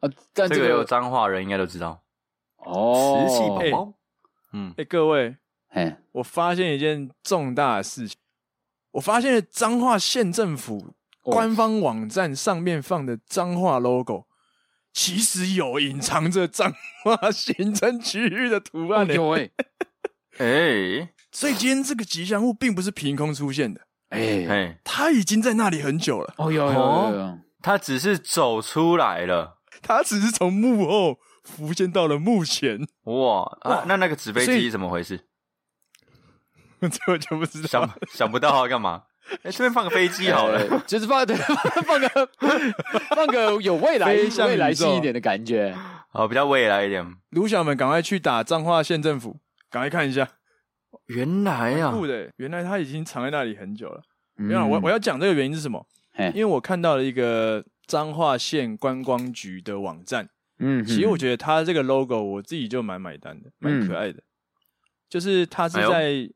[SPEAKER 1] 啊，但
[SPEAKER 3] 这
[SPEAKER 1] 这
[SPEAKER 3] 个有
[SPEAKER 1] 个
[SPEAKER 3] 彰化人应该都知道，
[SPEAKER 1] 哦，
[SPEAKER 3] 瓷器宝宝。嗯，
[SPEAKER 2] 哎、各位，
[SPEAKER 1] 哎，
[SPEAKER 2] 我发现一件重大的事情，我发现了彰化县政府
[SPEAKER 1] 哦
[SPEAKER 2] 官方网站上面放的彰化 logo，其实有隐藏着彰化行政区域的图案、欸。
[SPEAKER 1] 有哎
[SPEAKER 3] 哎
[SPEAKER 2] 所以今天这个吉祥物并不是凭空出现的，
[SPEAKER 1] 哎，
[SPEAKER 3] 哎，
[SPEAKER 2] 它已经在那里很久了，
[SPEAKER 1] 哦有有有有，
[SPEAKER 3] 他只是走出来了。
[SPEAKER 2] 它只是从幕后浮现到了幕前，
[SPEAKER 3] 哇，啊、那那个纸飞
[SPEAKER 2] 所以
[SPEAKER 3] 机怎么回事？
[SPEAKER 2] 这我就 不知道
[SPEAKER 3] 想
[SPEAKER 2] 了。
[SPEAKER 3] 想不到要干嘛？哎、这边放个飞机好了。
[SPEAKER 1] 哎，就是放放个放个有未来
[SPEAKER 2] 飞向宇宙
[SPEAKER 1] 未来性一点的感觉。
[SPEAKER 3] 好，比较未来一点。
[SPEAKER 2] 卢小们，赶快去打彰化县政府，赶快看一下。
[SPEAKER 3] 原来啊，
[SPEAKER 2] 酷的欸，原来它已经藏在那里很久了。
[SPEAKER 1] 没
[SPEAKER 2] 没有啊，我我要讲这个原因是什么
[SPEAKER 1] 嗯嘿？
[SPEAKER 2] 因为我看到了一个彰化县观光局的网站，
[SPEAKER 1] 嗯，
[SPEAKER 2] 其实我觉得它这个 logo 我自己就蛮买单的，蛮可爱的。就是它是
[SPEAKER 3] 哎
[SPEAKER 2] 在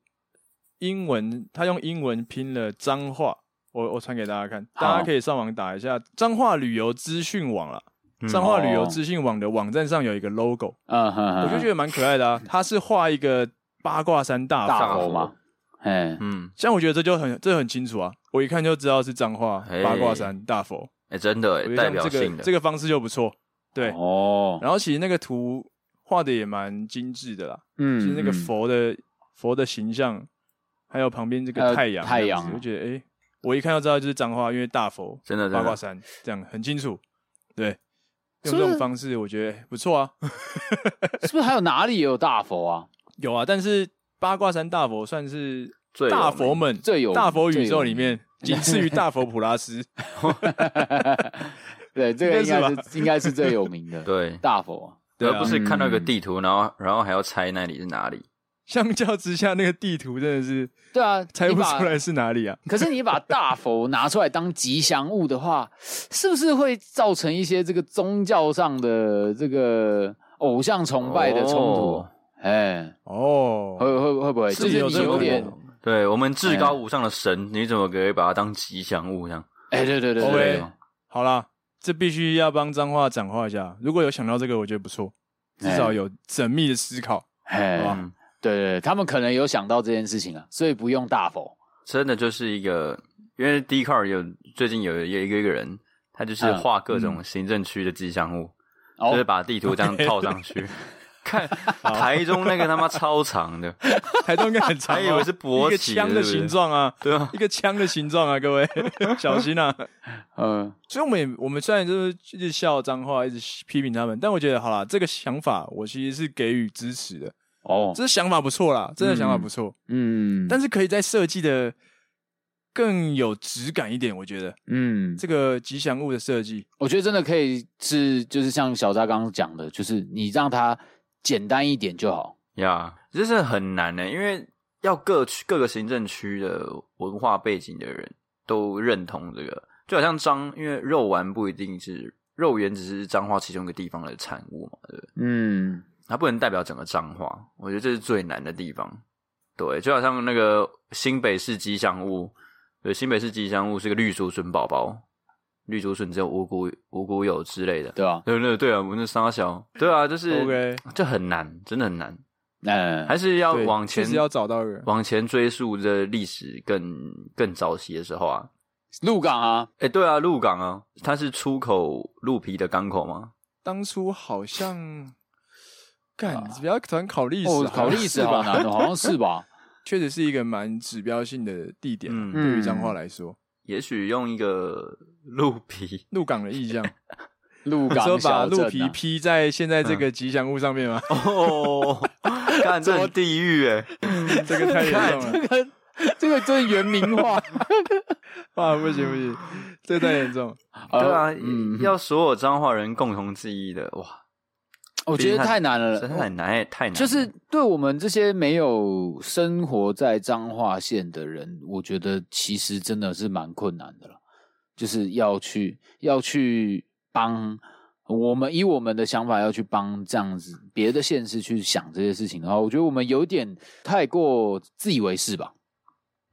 [SPEAKER 2] 英文，它用英文拼了彰化，我我传给大家看，
[SPEAKER 1] 好
[SPEAKER 2] 大家可以上网打一下彰化旅游资讯网啦。
[SPEAKER 3] 嗯
[SPEAKER 2] 彰化旅游
[SPEAKER 1] 哦
[SPEAKER 2] 资讯网的网站上有一个 logo，、
[SPEAKER 1] 嗯哼，
[SPEAKER 2] 我就觉
[SPEAKER 1] 得
[SPEAKER 2] 得蛮可爱的啊。它是画一个八卦山大佛，
[SPEAKER 1] 大
[SPEAKER 3] 佛
[SPEAKER 1] 头嘛，哎，
[SPEAKER 3] 嗯，
[SPEAKER 2] 像我觉得这就很这很清楚啊，我一看就知道是彰化
[SPEAKER 3] 哎
[SPEAKER 2] 八卦山大佛。
[SPEAKER 3] 哎、真的
[SPEAKER 2] 我
[SPEAKER 3] 哎，
[SPEAKER 2] 觉得
[SPEAKER 3] 代
[SPEAKER 2] 像
[SPEAKER 3] 表
[SPEAKER 2] 这
[SPEAKER 3] 性
[SPEAKER 2] 个
[SPEAKER 3] 的。
[SPEAKER 2] 这个方式就不错，对，
[SPEAKER 1] 哦，
[SPEAKER 2] 然后其实那个图画的也蛮精致的啦，
[SPEAKER 1] 嗯
[SPEAKER 2] 就是那个
[SPEAKER 1] 嗯
[SPEAKER 2] 佛的、佛的形象，还有旁边这
[SPEAKER 1] 还
[SPEAKER 2] 个
[SPEAKER 1] 有
[SPEAKER 2] 太阳这样子，
[SPEAKER 1] 呃太阳
[SPEAKER 2] 我就觉得哎、诶我一看就知道就是彰化，因为大佛
[SPEAKER 3] 真的真
[SPEAKER 2] 八卦
[SPEAKER 3] 的，
[SPEAKER 2] 山这样很清楚，对。
[SPEAKER 1] 是
[SPEAKER 2] 用
[SPEAKER 1] 不
[SPEAKER 2] 这
[SPEAKER 1] 是
[SPEAKER 2] 种方式，我觉得 不错啊。
[SPEAKER 1] 是不是还有哪里也有大佛 啊？
[SPEAKER 2] 有啊，但是八卦山大佛算是
[SPEAKER 3] 最有
[SPEAKER 2] 大
[SPEAKER 3] 名
[SPEAKER 2] 佛们
[SPEAKER 1] 最有
[SPEAKER 2] 大佛宇宙
[SPEAKER 1] 最有名
[SPEAKER 2] 里面仅次于大佛普拉斯。
[SPEAKER 1] 对，这个应
[SPEAKER 2] 应该
[SPEAKER 1] 该
[SPEAKER 2] 是
[SPEAKER 1] 是应该是最有名的，，
[SPEAKER 3] 对，
[SPEAKER 1] 大佛。
[SPEAKER 2] 对啊
[SPEAKER 3] 而不是看到一个
[SPEAKER 1] 嗯
[SPEAKER 3] 地图，然后然后还要猜那里是哪里。
[SPEAKER 2] 相较之下，那个地图真的是
[SPEAKER 1] 对啊，
[SPEAKER 2] 猜
[SPEAKER 1] 你
[SPEAKER 2] 不
[SPEAKER 1] 把
[SPEAKER 2] 出来是哪里啊。
[SPEAKER 1] 可是你把大佛拿出来当吉祥物的话，是不是会造成一些这个宗教上的这个偶像崇拜的冲突
[SPEAKER 3] 哦？
[SPEAKER 1] 哎、
[SPEAKER 2] 哦，
[SPEAKER 1] 会会会不会？
[SPEAKER 2] 是
[SPEAKER 1] 就是
[SPEAKER 2] 有
[SPEAKER 1] 你
[SPEAKER 2] 这个
[SPEAKER 1] 有
[SPEAKER 2] 可
[SPEAKER 1] 点
[SPEAKER 2] 能，
[SPEAKER 3] 对我们至高无上的神，你怎么可以把它当吉祥物这样？
[SPEAKER 1] 哎、对对对对
[SPEAKER 2] 对
[SPEAKER 1] 对，
[SPEAKER 2] 好啦，这必须要帮脏话讲话一下。如果有想到这个，我觉得不错，
[SPEAKER 3] 哎
[SPEAKER 2] 至少有缜密的思考。
[SPEAKER 1] 哎、
[SPEAKER 2] 好吧
[SPEAKER 3] 嗯，
[SPEAKER 1] 对对对，他们可能有想到这件事情啊，所以不用大佛。
[SPEAKER 3] 真的就是一个，因为 d c a r 有最近有有一个一个人，他就是
[SPEAKER 1] 嗯
[SPEAKER 3] 画各种行政区的吉祥物，就是
[SPEAKER 1] 哦，
[SPEAKER 3] 把地图这样套上去。 看台中那个他妈超长的，
[SPEAKER 2] 台中应该很长、
[SPEAKER 3] 还
[SPEAKER 2] 啊，
[SPEAKER 3] 以为是勃
[SPEAKER 2] 一个
[SPEAKER 3] 起
[SPEAKER 2] 枪的
[SPEAKER 3] 是不是
[SPEAKER 2] 形状啊，
[SPEAKER 3] 对啊，
[SPEAKER 2] 一个枪的形状啊，各位 小心啊！
[SPEAKER 1] 嗯、
[SPEAKER 2] 所以我们也我们虽然就是一直笑脏话，一直批评他们，但我觉得好啦，这个想法我其实是给予支持的，
[SPEAKER 1] 哦，
[SPEAKER 2] 这想法不错啦，真的想法
[SPEAKER 1] 嗯
[SPEAKER 2] 不错，
[SPEAKER 1] 嗯，
[SPEAKER 2] 但
[SPEAKER 1] 是
[SPEAKER 2] 是可以再设计的更有质感一点，我觉得
[SPEAKER 1] 嗯，
[SPEAKER 2] 这个吉祥物的设计，
[SPEAKER 1] 我觉得真的可以是，就是像小扎刚刚讲的，就是你让它简单一点就好。
[SPEAKER 3] 呀，这是很难的，因为要各区各个行政区的文化背景的人都认同这个，就好像彰，因为肉丸不一定是肉圆，只是彰化其中一个地方的产物嘛，对不对？
[SPEAKER 1] 嗯，
[SPEAKER 3] 它不能代表整个彰化，我觉得这是最难的地方。对，就好像那个新北市吉祥物，对，新北市吉祥物是个绿竹笋宝宝，绿竹笋只有五谷五谷有之类的。
[SPEAKER 1] 对吧、
[SPEAKER 3] 对对对啊，我们是沙小，对啊，就是
[SPEAKER 2] OK
[SPEAKER 3] 这很难，真的很难。
[SPEAKER 1] 嗯，
[SPEAKER 3] 还是要
[SPEAKER 2] 对
[SPEAKER 3] 往
[SPEAKER 2] 确
[SPEAKER 3] 前，
[SPEAKER 2] 实要找到一个
[SPEAKER 3] 往前追溯这历史更更早期的时候啊。
[SPEAKER 1] 鹿港啊，
[SPEAKER 3] 哎、对啊，鹿港啊，它是出口鹿皮的港口吗？
[SPEAKER 2] 当初好像。 干，不要突然考历史好
[SPEAKER 1] 啊哦，
[SPEAKER 2] 了，
[SPEAKER 1] 考历史
[SPEAKER 2] 是
[SPEAKER 1] 好
[SPEAKER 2] 吧？
[SPEAKER 1] 难哦，好像是吧？
[SPEAKER 2] 确实是一个蛮指标性的地点啊、
[SPEAKER 3] 嗯
[SPEAKER 2] 对于彰化来说，
[SPEAKER 3] 也许用一个鹿皮，
[SPEAKER 2] 鹿港的意象，
[SPEAKER 1] 嗯鹿
[SPEAKER 2] 你
[SPEAKER 1] 港
[SPEAKER 2] 说把
[SPEAKER 1] 小镇啊
[SPEAKER 2] 鹿 皮披在现在这个吉祥物上面吗？
[SPEAKER 3] 哦，看这很地狱哎、
[SPEAKER 1] 嗯
[SPEAKER 2] 这个太严 重了，
[SPEAKER 1] 这个这个真的原名 化，
[SPEAKER 2] 啊，不行不行，这太严重。
[SPEAKER 3] 对啊，
[SPEAKER 1] 呃嗯，
[SPEAKER 3] 要所有彰化人共同记忆的，哇，
[SPEAKER 1] 我觉得太难了，
[SPEAKER 3] 真的很难，欸太难了，
[SPEAKER 1] 就是对我们这些没有生活在彰化县的人，我觉得其实真的是蛮困难的了。就是要去要去帮我们，以我们的想法要去帮这样子别的县市去想这些事情的话，我觉得我们有点太过自以为是吧。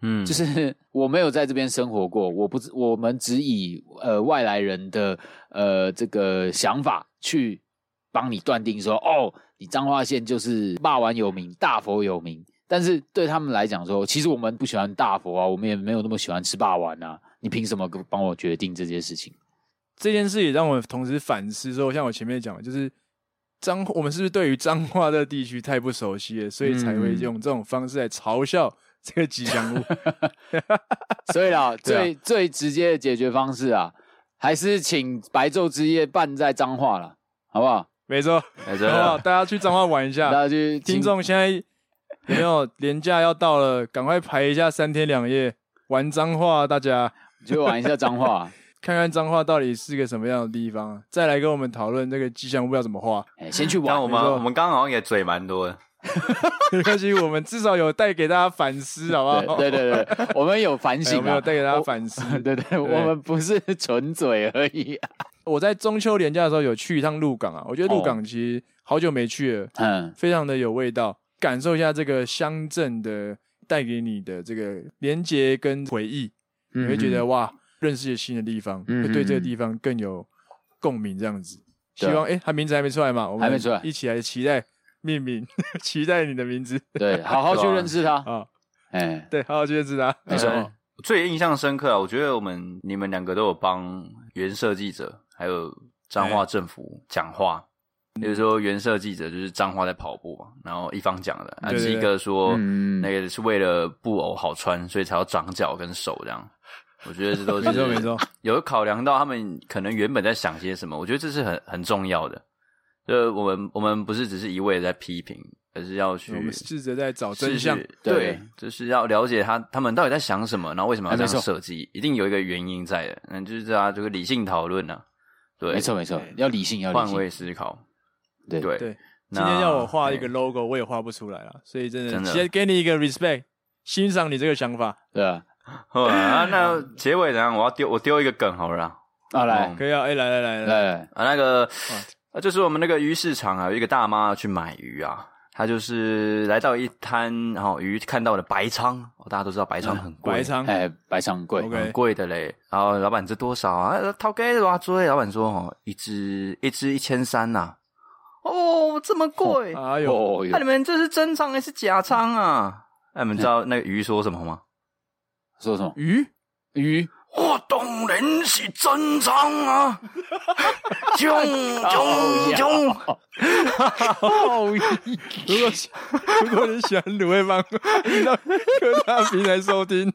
[SPEAKER 3] 嗯，
[SPEAKER 1] 就是 我没有在这边生活过，我不知我们只以呃外来人的呃这个想法去帮你断定说，哦，你彰化县就是霸王有名，大佛有名。但是对他们来讲说，其实我们不喜欢大佛啊，我们也没有那么喜欢吃霸王啊，你凭什么跟帮我决定这些事情？
[SPEAKER 2] 这件事也让我同时反思说，像我前面讲的，就是彰我们是不是对于彰化的地区太不熟悉了，所以才会
[SPEAKER 1] 嗯
[SPEAKER 2] 用这种方式来嘲笑这个吉 祥物？
[SPEAKER 1] 所以 啦，
[SPEAKER 2] 对啊
[SPEAKER 1] 最最直接的解决方式啊，还是请白昼之夜办在彰化了，好不好？
[SPEAKER 2] 没错，
[SPEAKER 3] 哎真
[SPEAKER 2] 好
[SPEAKER 1] 呃
[SPEAKER 2] 不好？
[SPEAKER 3] 的
[SPEAKER 2] 大家去彰化玩一
[SPEAKER 1] 大
[SPEAKER 2] 下。
[SPEAKER 1] 家去
[SPEAKER 2] 啊听众现在有没有廉假要到了？赶快排一下三天两夜玩彰化，大家。
[SPEAKER 1] 去玩一下彰化。啊
[SPEAKER 2] 看看彰化到底是个什么样的地方啊，再来跟我们讨论这个吉祥物要怎么画。
[SPEAKER 1] 哎，先去玩
[SPEAKER 3] 但我
[SPEAKER 2] 没
[SPEAKER 3] 们
[SPEAKER 2] 错
[SPEAKER 3] 我们刚刚好像也嘴蛮多的，
[SPEAKER 2] 没关系，我们至少有带给大家反思，好不 好？
[SPEAKER 1] 对对对对，我们有反
[SPEAKER 2] 哦哎
[SPEAKER 1] 省、啊，
[SPEAKER 2] 有没有带给大家
[SPEAKER 1] 我
[SPEAKER 2] 反思？
[SPEAKER 1] 对对，我们不是纯嘴而已、啊
[SPEAKER 2] 我在中秋连假的时候有去一趟鹿港啊，我觉得鹿港其实好久没去了，
[SPEAKER 1] 嗯，
[SPEAKER 2] 非常的有味道，感受一下这个乡镇的带给你的这个连接跟回忆，你
[SPEAKER 1] 你
[SPEAKER 2] 会觉得哇，认识了新的地方，
[SPEAKER 1] 嗯嗯
[SPEAKER 2] 会对这个
[SPEAKER 1] 嗯
[SPEAKER 2] 地方更有共鸣，这样子。希
[SPEAKER 1] 对啊
[SPEAKER 2] 望哎，他名字还没出来嘛，我们
[SPEAKER 1] 还没出来
[SPEAKER 2] 一起来期待命名， 期待你的名字。
[SPEAKER 1] 对，好好去认识他，
[SPEAKER 2] 啊，
[SPEAKER 1] 哎，
[SPEAKER 2] 对，好好去认识他。
[SPEAKER 1] 没错
[SPEAKER 3] 对最印象深刻啊，我觉得我们你们两个都有帮原设计者还有彰化政府讲
[SPEAKER 1] 嗯
[SPEAKER 3] 话，比如说原社记者就是彰化在跑步嘛，然后一方讲的，啊
[SPEAKER 2] 对对
[SPEAKER 3] 鸡哥说
[SPEAKER 1] 嗯
[SPEAKER 3] 那个是为了布偶好穿，所以才要长脚跟手这样。我觉得这都是
[SPEAKER 2] 没错没错，
[SPEAKER 3] 有考量到他们可能原本在想些什么，我觉得这是很很重要的。就是我们我们不是只是一味的在批评，而是要去
[SPEAKER 2] 我们试着在找
[SPEAKER 3] 是
[SPEAKER 2] 真相。
[SPEAKER 3] 是
[SPEAKER 1] 对
[SPEAKER 3] 对，就是要了解他他们到底在想什么，然后为什么要这
[SPEAKER 1] 哎没
[SPEAKER 3] 样
[SPEAKER 1] 错
[SPEAKER 3] 设计，一定有一个原因在的。嗯，就是大家就是理性讨论啊，对，
[SPEAKER 1] 没错没错
[SPEAKER 2] 对，
[SPEAKER 1] 要理性要理
[SPEAKER 3] 换
[SPEAKER 1] 性，
[SPEAKER 3] 位思考，
[SPEAKER 1] 对
[SPEAKER 3] 对
[SPEAKER 2] 对，今
[SPEAKER 3] 那
[SPEAKER 2] 天要我画一
[SPEAKER 1] 嗯
[SPEAKER 2] 个
[SPEAKER 3] 对
[SPEAKER 2] logo，我也画不出来了，所以真的
[SPEAKER 3] 真的
[SPEAKER 2] 先给你一个 respect，欣赏你这个想法。
[SPEAKER 1] 对啊，
[SPEAKER 3] 好啊，那结尾怎样？我要丢我丢一个梗好了啊
[SPEAKER 1] 啊来
[SPEAKER 3] 嗯
[SPEAKER 2] 可以啊，哎，来来来来，
[SPEAKER 1] 来来，
[SPEAKER 3] 啊，那个啊就是我们那个鱼市场啊，有一个大妈去买鱼啊。她就是来到一滩，然后鱼看到了白鲳，哦大家都知道白鲳很贵，
[SPEAKER 2] 白仓，
[SPEAKER 1] 哎，白长贵
[SPEAKER 2] OK
[SPEAKER 3] 很贵的嘞。然后老板这多少啊？啊涛哥多少追？老板说哦，一只一只一千三呐。哦，这么贵？那、
[SPEAKER 2] 哎呦，
[SPEAKER 1] 哦
[SPEAKER 3] 你
[SPEAKER 1] 哟，
[SPEAKER 3] 们这是真仓还是假仓啊？那、你们知道那个鱼说什么吗？
[SPEAKER 1] 说什么
[SPEAKER 2] 鱼
[SPEAKER 1] 鱼？
[SPEAKER 3] 我当然是真仓啊！ 冲冲冲！
[SPEAKER 1] 哦哟，
[SPEAKER 2] 如果如果你喜欢卤味帮，欢迎到各大平台收听，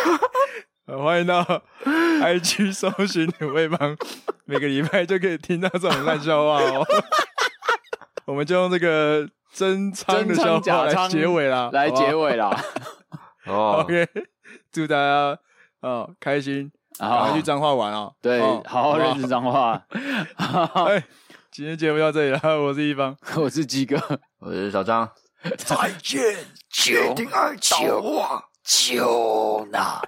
[SPEAKER 2] 呃欢迎到 IG 搜寻卤味帮，每个礼拜就可以听到这种烂笑话哦。 我们就用这个真仓的
[SPEAKER 1] 真
[SPEAKER 2] 笑
[SPEAKER 1] 仓
[SPEAKER 2] 话
[SPEAKER 1] 假
[SPEAKER 2] 来
[SPEAKER 1] 仓
[SPEAKER 2] 结尾啦，
[SPEAKER 1] 来
[SPEAKER 2] 好不好
[SPEAKER 1] 结尾啦，
[SPEAKER 3] 哦，
[SPEAKER 2] OK，祝大家哦开心，赶快
[SPEAKER 1] 好
[SPEAKER 2] 去，彰化玩哦。
[SPEAKER 1] 对，
[SPEAKER 2] 哦
[SPEAKER 1] 好好认识。脏话。
[SPEAKER 2] 好不好哎，今天节目到这里了，我是一方，
[SPEAKER 1] 我是鸡哥，
[SPEAKER 3] 我是小张。
[SPEAKER 4] 再见，决定爱情，我就那。